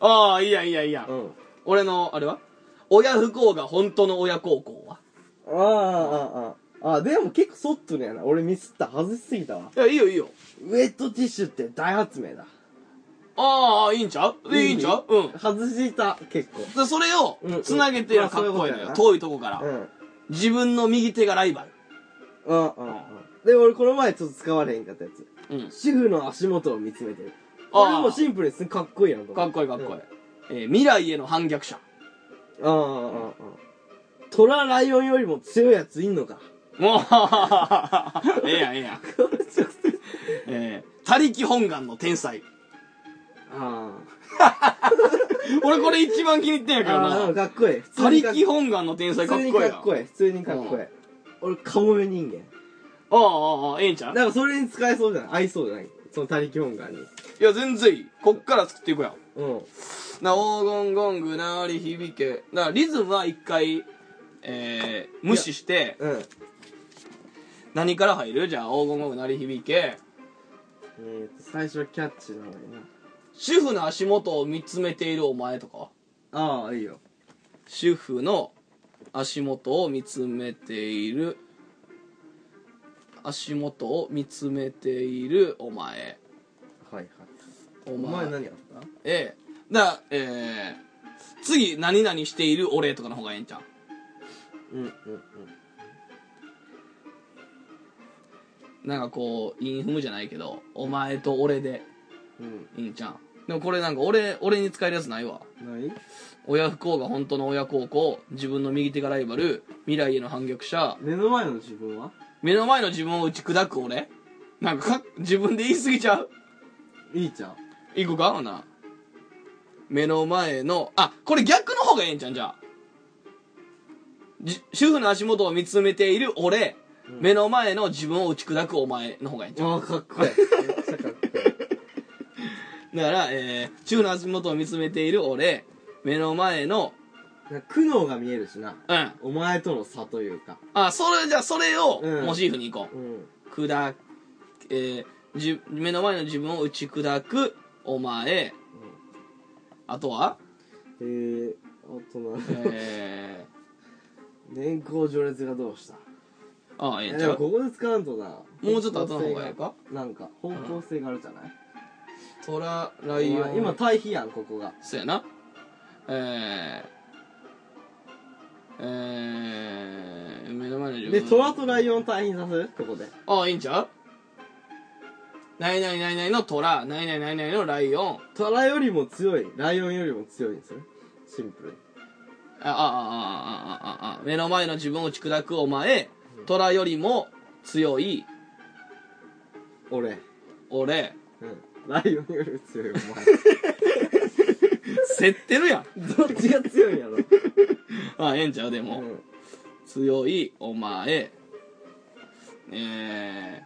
Speaker 3: ああいいやんいいやんいいやん、
Speaker 2: うん
Speaker 3: 俺のあれは親不幸が本当の親孝行は
Speaker 2: ああああああでも結構そっとねやな俺ミスった外しすぎたわ
Speaker 3: いやいいよいいよ
Speaker 2: ウェットティッシュって大発明だ
Speaker 3: ああいいんちゃういいんちゃううん
Speaker 2: 外した結構
Speaker 3: でそれを
Speaker 2: うん
Speaker 3: つなげてやる
Speaker 2: まあ
Speaker 3: かっこいいの
Speaker 2: そういうことや
Speaker 3: よ
Speaker 2: な
Speaker 3: 遠いとこから、
Speaker 2: うん
Speaker 3: 自分の右手がライバ
Speaker 2: うんうんうんで俺この前ちょっと使われへんかったやつ
Speaker 3: ルうん
Speaker 2: 主婦の足元を見つめてる
Speaker 3: あ
Speaker 2: これ
Speaker 3: あ
Speaker 2: もシンプルですかっこいいやん
Speaker 3: かっこいいかっこいい、えー未来への反逆者
Speaker 2: あああああトラライオンよりも強いやついん のか
Speaker 3: もう ええやんええやん
Speaker 2: これ直接
Speaker 3: えー他力本願の天才
Speaker 2: あ
Speaker 3: 俺これ一番気に入ってんや
Speaker 2: あ
Speaker 3: から
Speaker 2: ああうん
Speaker 3: な
Speaker 2: かっこいい普
Speaker 3: 他
Speaker 2: 通にかっ
Speaker 3: 力本願の天才
Speaker 2: 普
Speaker 3: かっ
Speaker 2: 通
Speaker 3: こい
Speaker 2: に
Speaker 3: いよ
Speaker 2: かっこいい普通にかっこいい俺カモメ人間
Speaker 3: ああああああええんちゃう
Speaker 2: なんかそれに使えそうじゃない合いそうじゃないその他力本願に
Speaker 3: いや全然いいこっから作っていくやん
Speaker 2: うん
Speaker 3: な黄金ゴング鳴り響けだからリズムは一回えー、無視して
Speaker 2: うん
Speaker 3: 何から入るじゃあ黄金ゴング鳴り響け
Speaker 2: えーと最初はキャッチーなのにな
Speaker 3: 主婦の足元を見つめているお前とかは
Speaker 2: ああいいよ
Speaker 3: 主婦の足元を見つめている足元を見つめているお前
Speaker 2: はいはい
Speaker 3: お
Speaker 2: お
Speaker 3: 前
Speaker 2: 前何やった
Speaker 3: ええだからえー、次何々している俺とかの方がええんちゃう
Speaker 2: うんうんうん
Speaker 3: なんかこうインフムじゃないけどお前と俺で
Speaker 2: うん
Speaker 3: いいんちゃうでもこれなんか俺俺に使えるやつないわ
Speaker 2: 何
Speaker 3: 親不幸が本当の親孝行自分の右手がライバル未来への反逆者
Speaker 2: 目の前の自分は
Speaker 3: 目の前の自分を打ち砕く俺なんかか自分で言い過ぎちゃう
Speaker 2: いいちゃん
Speaker 3: 行くかほな目の前のあこれ逆の方がええんちゃうんじゃあじ主婦の足元を見つめている俺、目の前の自分を打ち砕くお前の方がええんちゃ
Speaker 2: ああかっこいいめっちゃかっこいいう
Speaker 3: だから、えー、主婦の足元を見つめている俺目の前の
Speaker 2: なんか苦悩が見えるしな
Speaker 3: うん
Speaker 2: お前との差というか
Speaker 3: あそれじゃあそれを
Speaker 2: うん
Speaker 3: モチーフに行こ
Speaker 2: うん
Speaker 3: う、砕えーじ目の前の自分を打ち砕くお前、あとは
Speaker 2: えー、あとな
Speaker 3: え
Speaker 2: 年功序列がどうした
Speaker 3: ー、ああええ
Speaker 2: い
Speaker 3: ん
Speaker 2: や
Speaker 3: ち
Speaker 2: で
Speaker 3: ゃう
Speaker 2: もここで使わんとな
Speaker 3: もうちょっと後の方がええか
Speaker 2: なんか方向性があるじゃない、
Speaker 3: トラライオ
Speaker 2: お前
Speaker 3: ン
Speaker 2: 今対比やんここが
Speaker 3: そうやなえー、えー、目の前の自分
Speaker 2: でトラとライオン対比させるここで
Speaker 3: ああいいんちゃうないないないないのトラないないないないのライオン
Speaker 2: トラよりも強いライオンよりも強いんですよシンプルに
Speaker 3: ああああああああ目の前の自分を打ち砕くお前トラよりも強い
Speaker 2: 俺
Speaker 3: 俺
Speaker 2: うんライオンよりも強いお前
Speaker 3: 競ってるやん
Speaker 2: どっちが強いんやろ、
Speaker 3: ああええんちゃうでも、
Speaker 2: うん、
Speaker 3: 強いお前え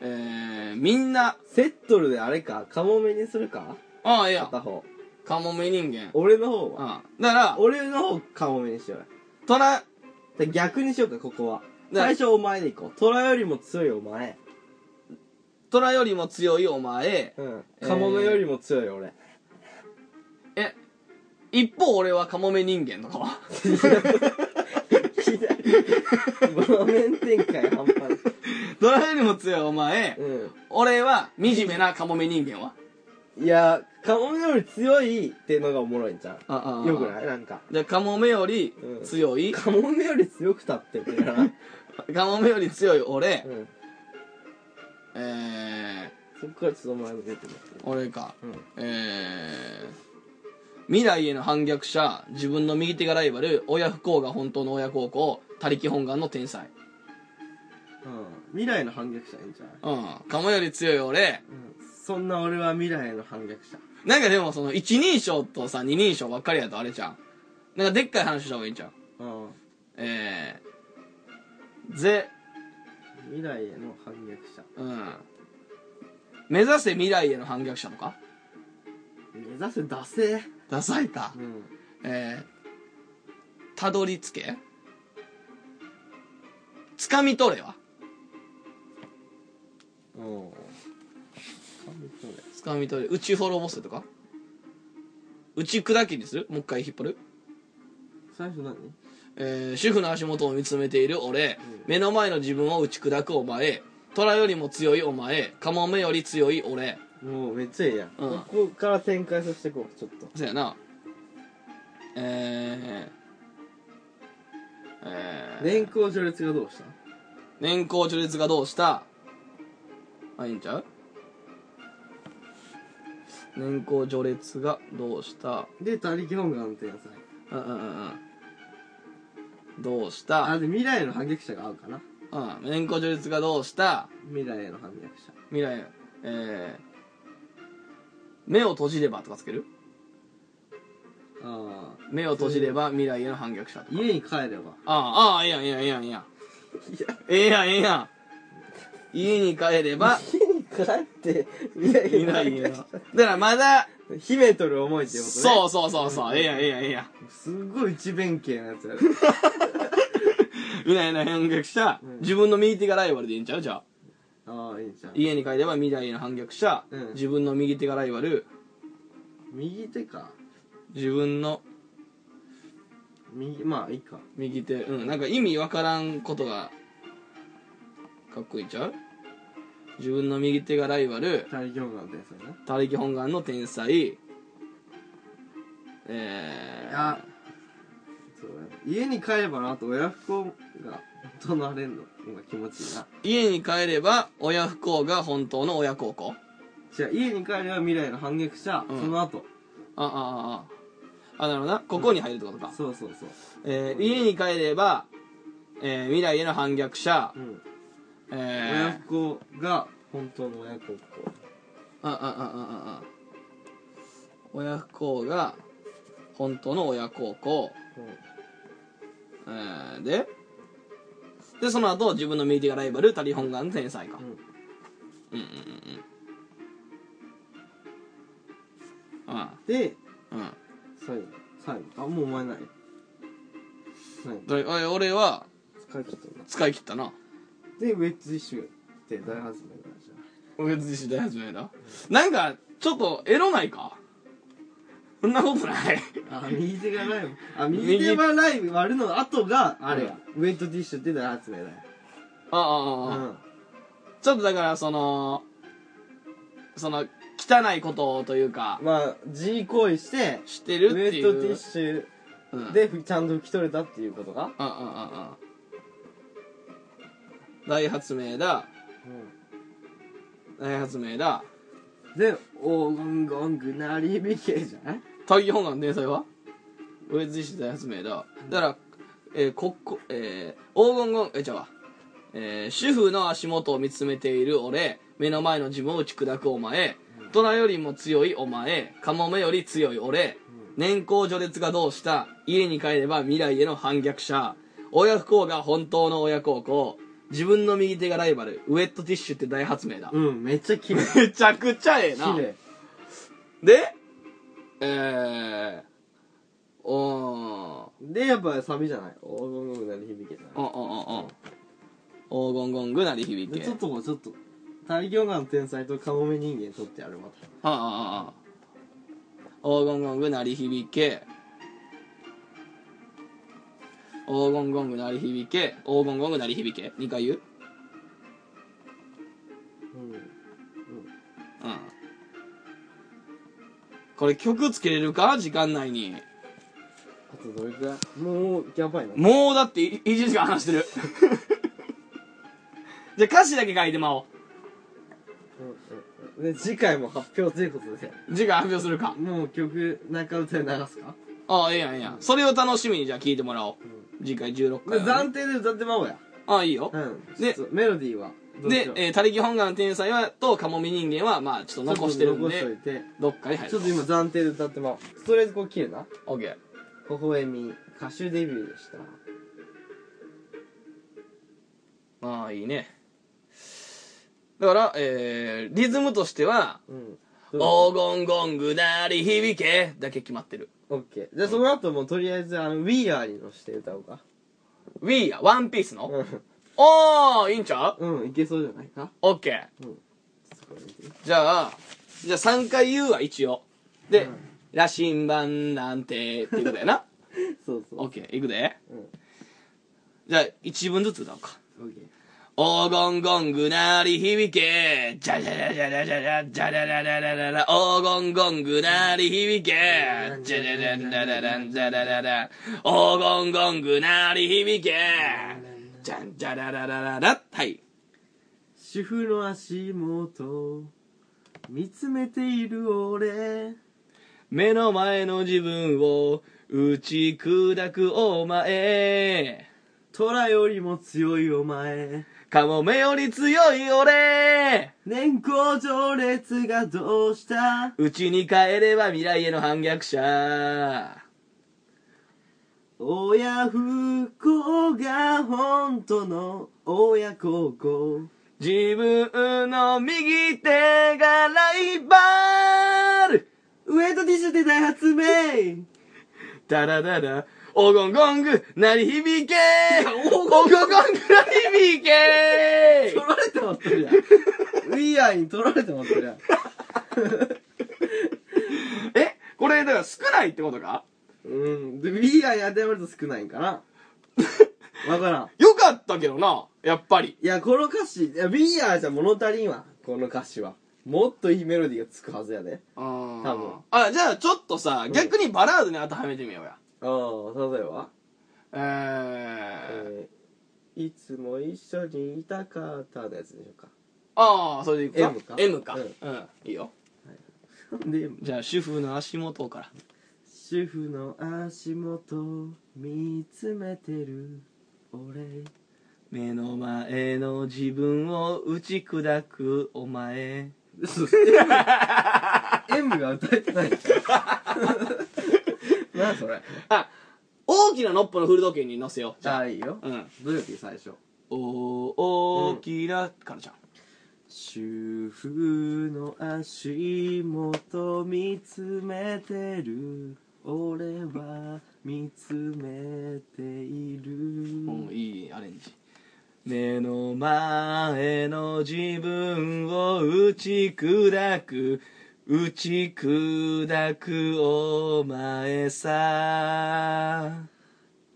Speaker 3: ー、えー、みんな
Speaker 2: セットルであれかカモメにするか
Speaker 3: ああいや
Speaker 2: 片方
Speaker 3: カモメ人間
Speaker 2: 俺の方は
Speaker 3: ああだから
Speaker 2: 俺の方カモメにしようよ
Speaker 3: トラ
Speaker 2: で逆にしようかここは
Speaker 3: だ
Speaker 2: 最初お前でいこうトラよりも強いお前
Speaker 3: トラよりも強いお前
Speaker 2: うん
Speaker 3: えー
Speaker 2: カモメよりも強い俺、
Speaker 3: え一方俺はカモメ人間とかは
Speaker 2: ひどい場面展開半端ない
Speaker 3: トラよりも強いお前
Speaker 2: う
Speaker 3: 俺は惨めなカモメ人間は
Speaker 2: んいやカモメより強いっていうのがおもろいんじゃん
Speaker 3: あ
Speaker 2: よく
Speaker 3: い
Speaker 2: ないなんか
Speaker 3: じゃあカモメより
Speaker 2: うん
Speaker 3: 強い、
Speaker 2: カモメより強くたってってな、
Speaker 3: カモメより強い俺、
Speaker 2: うん、
Speaker 3: え
Speaker 2: そっからちょっとお前も出てる
Speaker 3: ー、俺か、
Speaker 2: うん
Speaker 3: えー、未来への反逆者自分の右手がライバル親不幸が本当の親孝行他力本願の天才
Speaker 2: うん未来の反逆者いいんじゃない
Speaker 3: うんカモより強い俺
Speaker 2: うんそんな俺は未来の反逆者
Speaker 3: なんかでもその一人称とさ二人称ばっかりやとあれじゃんなんかでっかい話した方がいいんじゃん
Speaker 2: うん
Speaker 3: えー、ぜ
Speaker 2: 未来への反逆者
Speaker 3: うん目指せ未来への反逆者とか
Speaker 2: 目指せダセ
Speaker 3: ダサいか
Speaker 2: う。ん
Speaker 3: えー、たどり着けつかみ取れは
Speaker 2: うん
Speaker 3: つかみ取れ。打ち滅ぼせとか打ち砕きにするもう一回引っ張る
Speaker 2: 最初何
Speaker 3: えー主婦の足元を見つめている俺、目の前の自分を打ち砕くお前虎よりも強いお前カモメより強い俺
Speaker 2: もうめっちゃいいやん、
Speaker 3: うん
Speaker 2: ここから展開させていこうちょっと
Speaker 3: そやなえー、えー、
Speaker 2: 年功序列がどうした
Speaker 3: 年功序列がどうしたあいいんちゃう年功序列がどうした
Speaker 2: で他力本願ってやつ入った
Speaker 3: うんうんうんうんどうした
Speaker 2: あで未来への反逆者が合うかな
Speaker 3: うん年功序列がどうした
Speaker 2: 未来への反逆者
Speaker 3: 未来えー、目を閉じればとかつける
Speaker 2: ああ
Speaker 3: 目を閉じれば未来への反逆者とか
Speaker 2: 家に帰れば
Speaker 3: ああああいいやんいいやんいいやんいいやんええやんええやん家に帰れば
Speaker 2: 家に帰って未来
Speaker 3: いないいなだからまだ
Speaker 2: 秘めとる思いっていうことね
Speaker 3: そうそうそうそうええやんええやんええやん
Speaker 2: すっごい内弁慶なやつやる
Speaker 3: 未来への反逆者、
Speaker 2: うん
Speaker 3: 自分の右手がライバルでいいんちゃうじゃあ
Speaker 2: ああいいじゃん
Speaker 3: 家に帰れば未来への反逆者、
Speaker 2: うん
Speaker 3: 自分の右手がライバル
Speaker 2: 右手か
Speaker 3: 自分の
Speaker 2: 右まあいいか
Speaker 3: 右手うんなんか意味わからんことがかっこいいちゃう自分の右手がライバル
Speaker 2: 他力本願ってやつやな
Speaker 3: 他力本願の天才えー、
Speaker 2: あそうや家に帰ればなあと親不孝が怒鳴れんのが気持ちいいな
Speaker 3: 家に帰れば親不孝が本当の親孝行
Speaker 2: じゃあ家に帰れば未来の反逆者、
Speaker 3: うん
Speaker 2: その後
Speaker 3: ああああああなるほどなここに入るってことか、
Speaker 2: そうそうそう
Speaker 3: えー家に帰れば、えー未来への反逆者、
Speaker 2: うん、
Speaker 3: え
Speaker 2: 親
Speaker 3: ー
Speaker 2: 不孝が本当の親孝行
Speaker 3: ああああああ親不孝が本当の親孝行、えーででその後自分の右手がライバル他力本願の天才か、
Speaker 2: うん
Speaker 3: うんうんうんうん
Speaker 2: で
Speaker 3: うんうん
Speaker 2: 最後最後あもうお前ないない
Speaker 3: どれおい俺は
Speaker 2: 使い切ったな
Speaker 3: 使い切ったな
Speaker 2: でウェッジイッシュって大発明だじゃ
Speaker 3: 俺別に大発明だなんかちょっとエロないかそんなこと ない
Speaker 2: ああ右手がライブあ右手はライブ割るの後があれや、ウェットティッシュって大発明だよ
Speaker 3: ああああ、ああちょっとだからそのその汚いことというか
Speaker 2: うん、まあ G 行為して
Speaker 3: して
Speaker 2: ウ
Speaker 3: るっ
Speaker 2: ェ
Speaker 3: てい
Speaker 2: ッ
Speaker 3: う
Speaker 2: トティッシ
Speaker 3: うん
Speaker 2: ュでちゃんと拭き取れたっていうことか、
Speaker 3: ああああああ大発明だ大発明だ
Speaker 2: で黄金ゴング鳴り響けじゃない
Speaker 3: 大義本願の天才は上津石大発明だだから、えー、ここえー、黄金言えちゃうわえー、主婦の足元を見つめている俺目の前の自分を打ち砕くお前虎よりも強いお前カモメより強い俺年功序列がどうした家に帰れば未来への反逆者親不孝が本当の親孝行自分の右手がライバルウェットティッシュって大発明だ、
Speaker 2: うんめっちゃ綺麗
Speaker 3: めちゃくちゃええ
Speaker 2: 綺
Speaker 3: な
Speaker 2: 麗
Speaker 3: で、えー、おー、
Speaker 2: でやっぱサビじゃない黄金ゴング鳴り響けじゃ
Speaker 3: おんお
Speaker 2: ない
Speaker 3: んおんおん黄金ゴング鳴り響
Speaker 2: で
Speaker 3: け。
Speaker 2: ちょっともうちょっと大行眼の天才とカモメ人間取ってやるまた
Speaker 3: ああああ黄金ゴング鳴り響け。黄金ゴング鳴り響け。黄金ゴング鳴り響け。2回言う
Speaker 2: うん
Speaker 3: うん。これ曲つけれるか時間内に。
Speaker 2: あとどれくらいもうやばいな
Speaker 3: もうだってい1時間話して る。じゃあ歌詞だけ書いてまおう。
Speaker 2: うんうんで次回も発表ということで
Speaker 3: 次回発表するか。
Speaker 2: もう曲中歌で流すか
Speaker 3: ああ、ええやん、ええやん。それを楽しみに、じゃあ聞いてもらおう。次回16
Speaker 2: で
Speaker 3: 回、
Speaker 2: 暫定で歌ってまおうや
Speaker 3: ああ、いいよ。
Speaker 2: うん
Speaker 3: で
Speaker 2: ちょっとメロディーはどうし
Speaker 3: で
Speaker 2: よう、
Speaker 3: えー、他力本願の天才は、と、カモミ人間は、まあ、ちょっと残してるん
Speaker 2: ちょっと
Speaker 3: で、
Speaker 2: 残しといて
Speaker 3: どっかに入
Speaker 2: ちょ
Speaker 3: る
Speaker 2: っ。と今暫定で歌ってまおうとりあえずこう切るな
Speaker 3: オッケー。
Speaker 2: 微笑み歌手デビューでした
Speaker 3: まあ、いいね。だから、えー、リズムとしては、
Speaker 2: うん
Speaker 3: 黄金ゴング鳴り響けだけ決まってる。
Speaker 2: オッケーじゃあその後もとりあえずあの「We Are」のして歌おうか
Speaker 3: We are One Piece の、
Speaker 2: うん
Speaker 3: あー、いいんちゃう
Speaker 2: うんいけそうじゃないか
Speaker 3: ?OK。じゃあ、じゃあ3回言うわ、一応。で、羅針盤なんてっていうことやな。
Speaker 2: そうそう
Speaker 3: OK、いくで。
Speaker 2: うん
Speaker 3: じゃあ、1分ずつ歌おうか。
Speaker 2: オッケー
Speaker 3: 黄金ゴング鳴り響け、じゃじゃじゃじゃじゃじゃじゃじゃじゃじゃじゃじゃじゃじゃ黄金ゴング鳴り響け、じゃじゃじゃじゃじゃじゃじゃじゃじゃじゃ黄金ゴング鳴り響け、じゃんじゃららららら、はい。
Speaker 2: 主婦の足元見つめている俺
Speaker 3: 目の前の自分を打ち砕くお前、
Speaker 2: 虎よりも強いお前
Speaker 3: カモメより強い俺、
Speaker 2: 年功序列がどうした
Speaker 3: うちに帰れば未来への反逆者。
Speaker 2: 親不孝が本当の親孝行
Speaker 3: 自分の右手がライバル
Speaker 2: ウェットティッシュで大発明
Speaker 3: ダラダラ黄金ゴング鳴り響け黄金ゴング鳴り響け
Speaker 2: 取られてまってるやんウィーアーに取られてまってるやん
Speaker 3: えこれだから少ないってことか
Speaker 2: うんでウィーアーに当てはまると少ないんかなわからん
Speaker 3: よかったけどな、やっぱり。
Speaker 2: いやこの歌詞いやウィーアーじゃ物足りんわこの歌詞はもっといいメロディーがつくはずやで
Speaker 3: 多
Speaker 2: 多分
Speaker 3: あ、じゃあちょっとさ、逆にバラードに当てはめてみようや。
Speaker 2: ああ例えば
Speaker 3: えー。
Speaker 2: えーいつも一緒にいたかったのやつで しょうか
Speaker 3: ああ、それでいくか
Speaker 2: M か
Speaker 3: M か。
Speaker 2: う
Speaker 3: うん。いいよ。
Speaker 2: で
Speaker 3: じゃあ主婦の足元から。
Speaker 2: 主婦の足元見つめてる俺
Speaker 3: 目の前の自分を打ち砕くお前
Speaker 2: M が歌え てない なそれ
Speaker 3: あ大きなノッポの古時計に乗せようじゃ
Speaker 2: ああいいよ
Speaker 3: あうん
Speaker 2: どうやって最初
Speaker 3: お大きなからちゃん
Speaker 2: 主婦の足元見つめてる俺は見つめてい
Speaker 3: も
Speaker 2: る
Speaker 3: ういいアレンジ目の前の自分を打ち砕く打ち砕くお前さ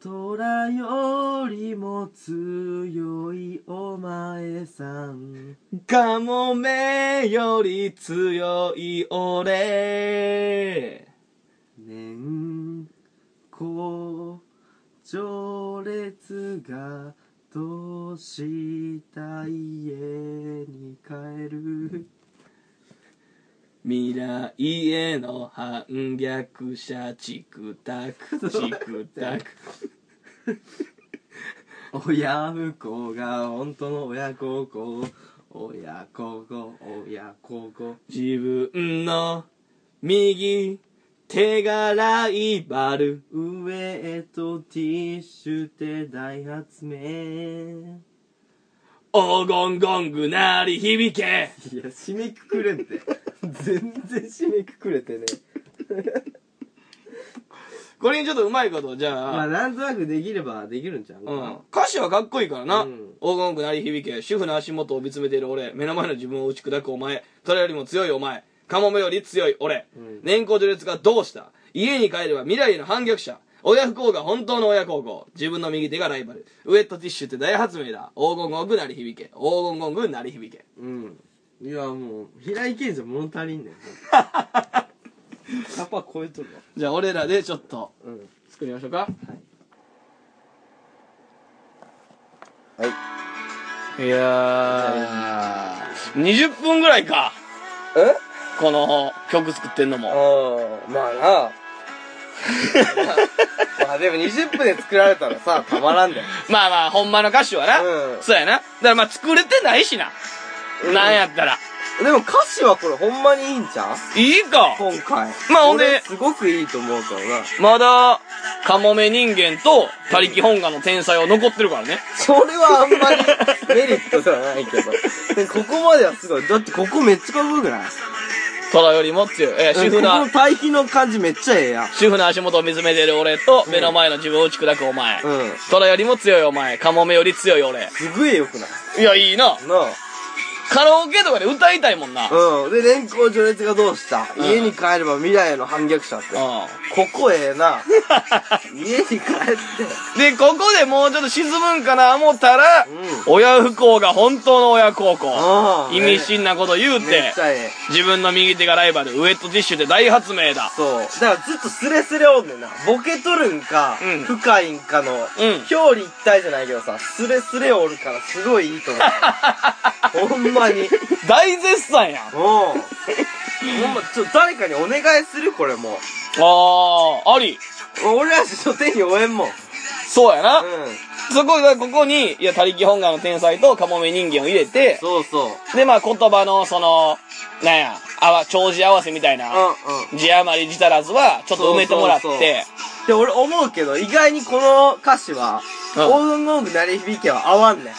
Speaker 2: 虎よりも強いお前さん
Speaker 3: カモメより強い俺
Speaker 2: 年功序列がどうした家に帰 る
Speaker 3: 未来への反逆者チクタクチクタク
Speaker 2: 親不孝が本当の親孝行親孝行親孝行
Speaker 3: 自分の右手がライバル
Speaker 2: ウエットティッシュで大発明
Speaker 3: 黄金ゴング鳴り響け
Speaker 2: いや締めくくれん て全然締めくくれてね
Speaker 3: これにちょっとうまいことじ
Speaker 2: ま
Speaker 3: ゃ
Speaker 2: あ
Speaker 3: あ、
Speaker 2: なんとなくできればできるんちゃうか
Speaker 3: う
Speaker 2: な、
Speaker 3: ん、歌詞はかっこいいからな、
Speaker 2: うん
Speaker 3: 黄金ゴング鳴り響け主婦の足元を見つめている俺目の前の自分を打ち砕くお前それよりも強いお前カモメより強い俺、
Speaker 2: ん
Speaker 3: 年功序列がどうした家に帰れば未来への反逆者親不幸が本当の親孝行自分の右手がライバルウエットティッシュって大発明だ黄金ゴング鳴り響け黄金ゴング鳴り響け
Speaker 2: うん。いや、もう、平井堅じゃ物足りんねん。やっぱ超えとるわ。
Speaker 3: じゃあ俺らでちょっと
Speaker 2: うん。
Speaker 3: 作りましょうか
Speaker 2: はい
Speaker 3: いやー20分ぐらいか
Speaker 2: え
Speaker 3: この曲作ってんの も
Speaker 2: ああ、まあな。まあでも20分で作られたらさ、たまらんだよ。
Speaker 3: まあまあほんまの歌手はな、
Speaker 2: うん
Speaker 3: そうやなだからまあ作れてないしな、なんやったら
Speaker 2: でも歌詞はこれほんまにいいんちゃう
Speaker 3: いいか
Speaker 2: 今回。
Speaker 3: まあほんで
Speaker 2: 俺すごくいいと思うけどな。
Speaker 3: まだ、カモメ人間と、他力本願の天才は残ってるからね。
Speaker 2: それはあんま りメリットではないけど。でここまではすごい。だってここめっちゃかっこよくない
Speaker 3: 虎よりもっていう、えー主婦
Speaker 2: ここ
Speaker 3: な
Speaker 2: の、対比の感じめっちゃええやん。
Speaker 3: 主婦の足元を見つめている俺と、目の前の自分を打ち砕くお前。
Speaker 2: うん。
Speaker 3: 虎よりも強いお前。カモメより強い俺。
Speaker 2: すごいよくない
Speaker 3: いや、いいな。
Speaker 2: な
Speaker 3: カラオケとかで歌いたいもんな。うん。
Speaker 2: あ。うん。で、連行序列がどうした、
Speaker 3: うん
Speaker 2: 家に帰れば未来への反逆者って。ここええな。家に帰って。
Speaker 3: で、ここでもうちょっと沈むんかな思ったら、
Speaker 2: う
Speaker 3: 親不孝が本当の親孝行
Speaker 2: あ。あ
Speaker 3: 意味深なこと言う
Speaker 2: め
Speaker 3: て
Speaker 2: っち、ゃええ。
Speaker 3: 自分の右手がライバル、ウェットティッシュって大発明だ。
Speaker 2: そう。だからずっとスレスレおんねんな。ボケとるんか、
Speaker 3: うん
Speaker 2: 深いんかの、
Speaker 3: ん
Speaker 2: 表裏一体じゃないけどさ、スレスレおるからすごいいいと思 う。ほんまに。うん。
Speaker 3: 大絶賛やん。あ
Speaker 2: ほんま、ちょ、誰かにお願いするこれも
Speaker 3: あ、あり。
Speaker 2: う。俺らしょ手に負えんもん。うん。
Speaker 3: そうやな。そこが、ここに、いや、他力本願の天才とカモメ人間を入れて、
Speaker 2: そうそう。
Speaker 3: で、まあ、言葉の、その、なんや、あわ、長寿合わせみたいな、
Speaker 2: うんうん。
Speaker 3: 字余り字足らずは、ちょっと埋めてもらって、
Speaker 2: そうそうで、俺思うけど、意外にこの歌詞は、
Speaker 3: うん
Speaker 2: 黄金ゴング鳴り響けは合わんねん。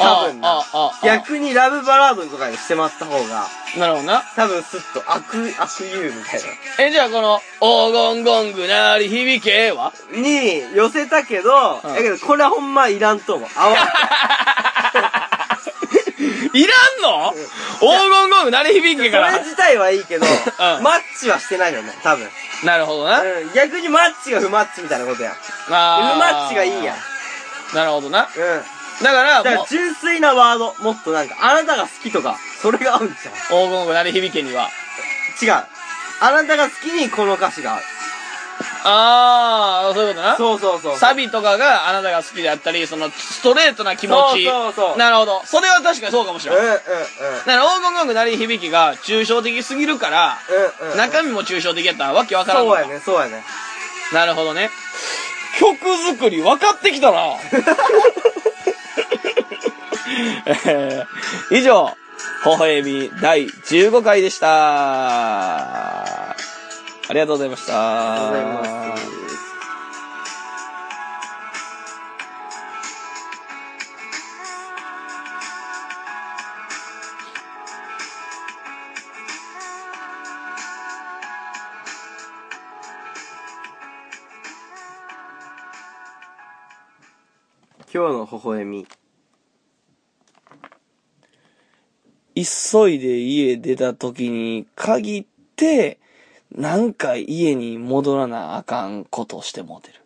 Speaker 3: あ
Speaker 2: 多
Speaker 3: あ
Speaker 2: 分な
Speaker 3: あああ。
Speaker 2: 逆にラブバラードとかにしてまった方が、
Speaker 3: なるほどな。
Speaker 2: 多分スッと悪、悪言うみたいな。
Speaker 3: え、じゃあ、この、黄金ゴング鳴り響けは
Speaker 2: に寄せたけど、
Speaker 3: うん
Speaker 2: だけどこれはほんまいらんと思う。合わん。
Speaker 3: いらんの黄金ゴング鳴り響
Speaker 2: そ
Speaker 3: け
Speaker 2: れ
Speaker 3: から。
Speaker 2: 自体はいいけど、
Speaker 3: うん
Speaker 2: マッチはしてないよね、多分。
Speaker 3: なるほどな。
Speaker 2: うん、逆にマッチが不マッチみたいなことやん。不
Speaker 3: あー
Speaker 2: マッチがいいやん。うん。
Speaker 3: なるほどな。
Speaker 2: だ
Speaker 3: だから、
Speaker 2: か
Speaker 3: も
Speaker 2: ら
Speaker 3: う黄
Speaker 2: 純粋なワード、もっとなんか、あなたが好きとか、それが合うんじ
Speaker 3: 金ゴング鳴り響けには。
Speaker 2: ゃん。違う。あなたが好きにこの歌詞が合う。
Speaker 3: ああ、そういうことな。
Speaker 2: そうそうそう。
Speaker 3: サビとかがあなたが好きであったり、そのストレートな気持ち。
Speaker 2: そうそうそう
Speaker 3: なるほど。それは確かにそうかもし
Speaker 2: うん
Speaker 3: れ
Speaker 2: うん
Speaker 3: な
Speaker 2: う
Speaker 3: い。だ
Speaker 2: ん。
Speaker 3: から黄金ゴング鳴り響きが抽象的すぎるから、
Speaker 2: うんうん。
Speaker 3: 中身も抽象的やったらわけわからんの
Speaker 2: そ
Speaker 3: か
Speaker 2: うやね、そうやね。
Speaker 3: なるほどね。曲作り分かって きたな。えー以上、ほほえみ第15回でした。ありがとうございました。
Speaker 2: ありがとうございます。今日の微笑み。
Speaker 3: 急いで家出た時に限って、なんか家に戻らなあかんことしてもうてる。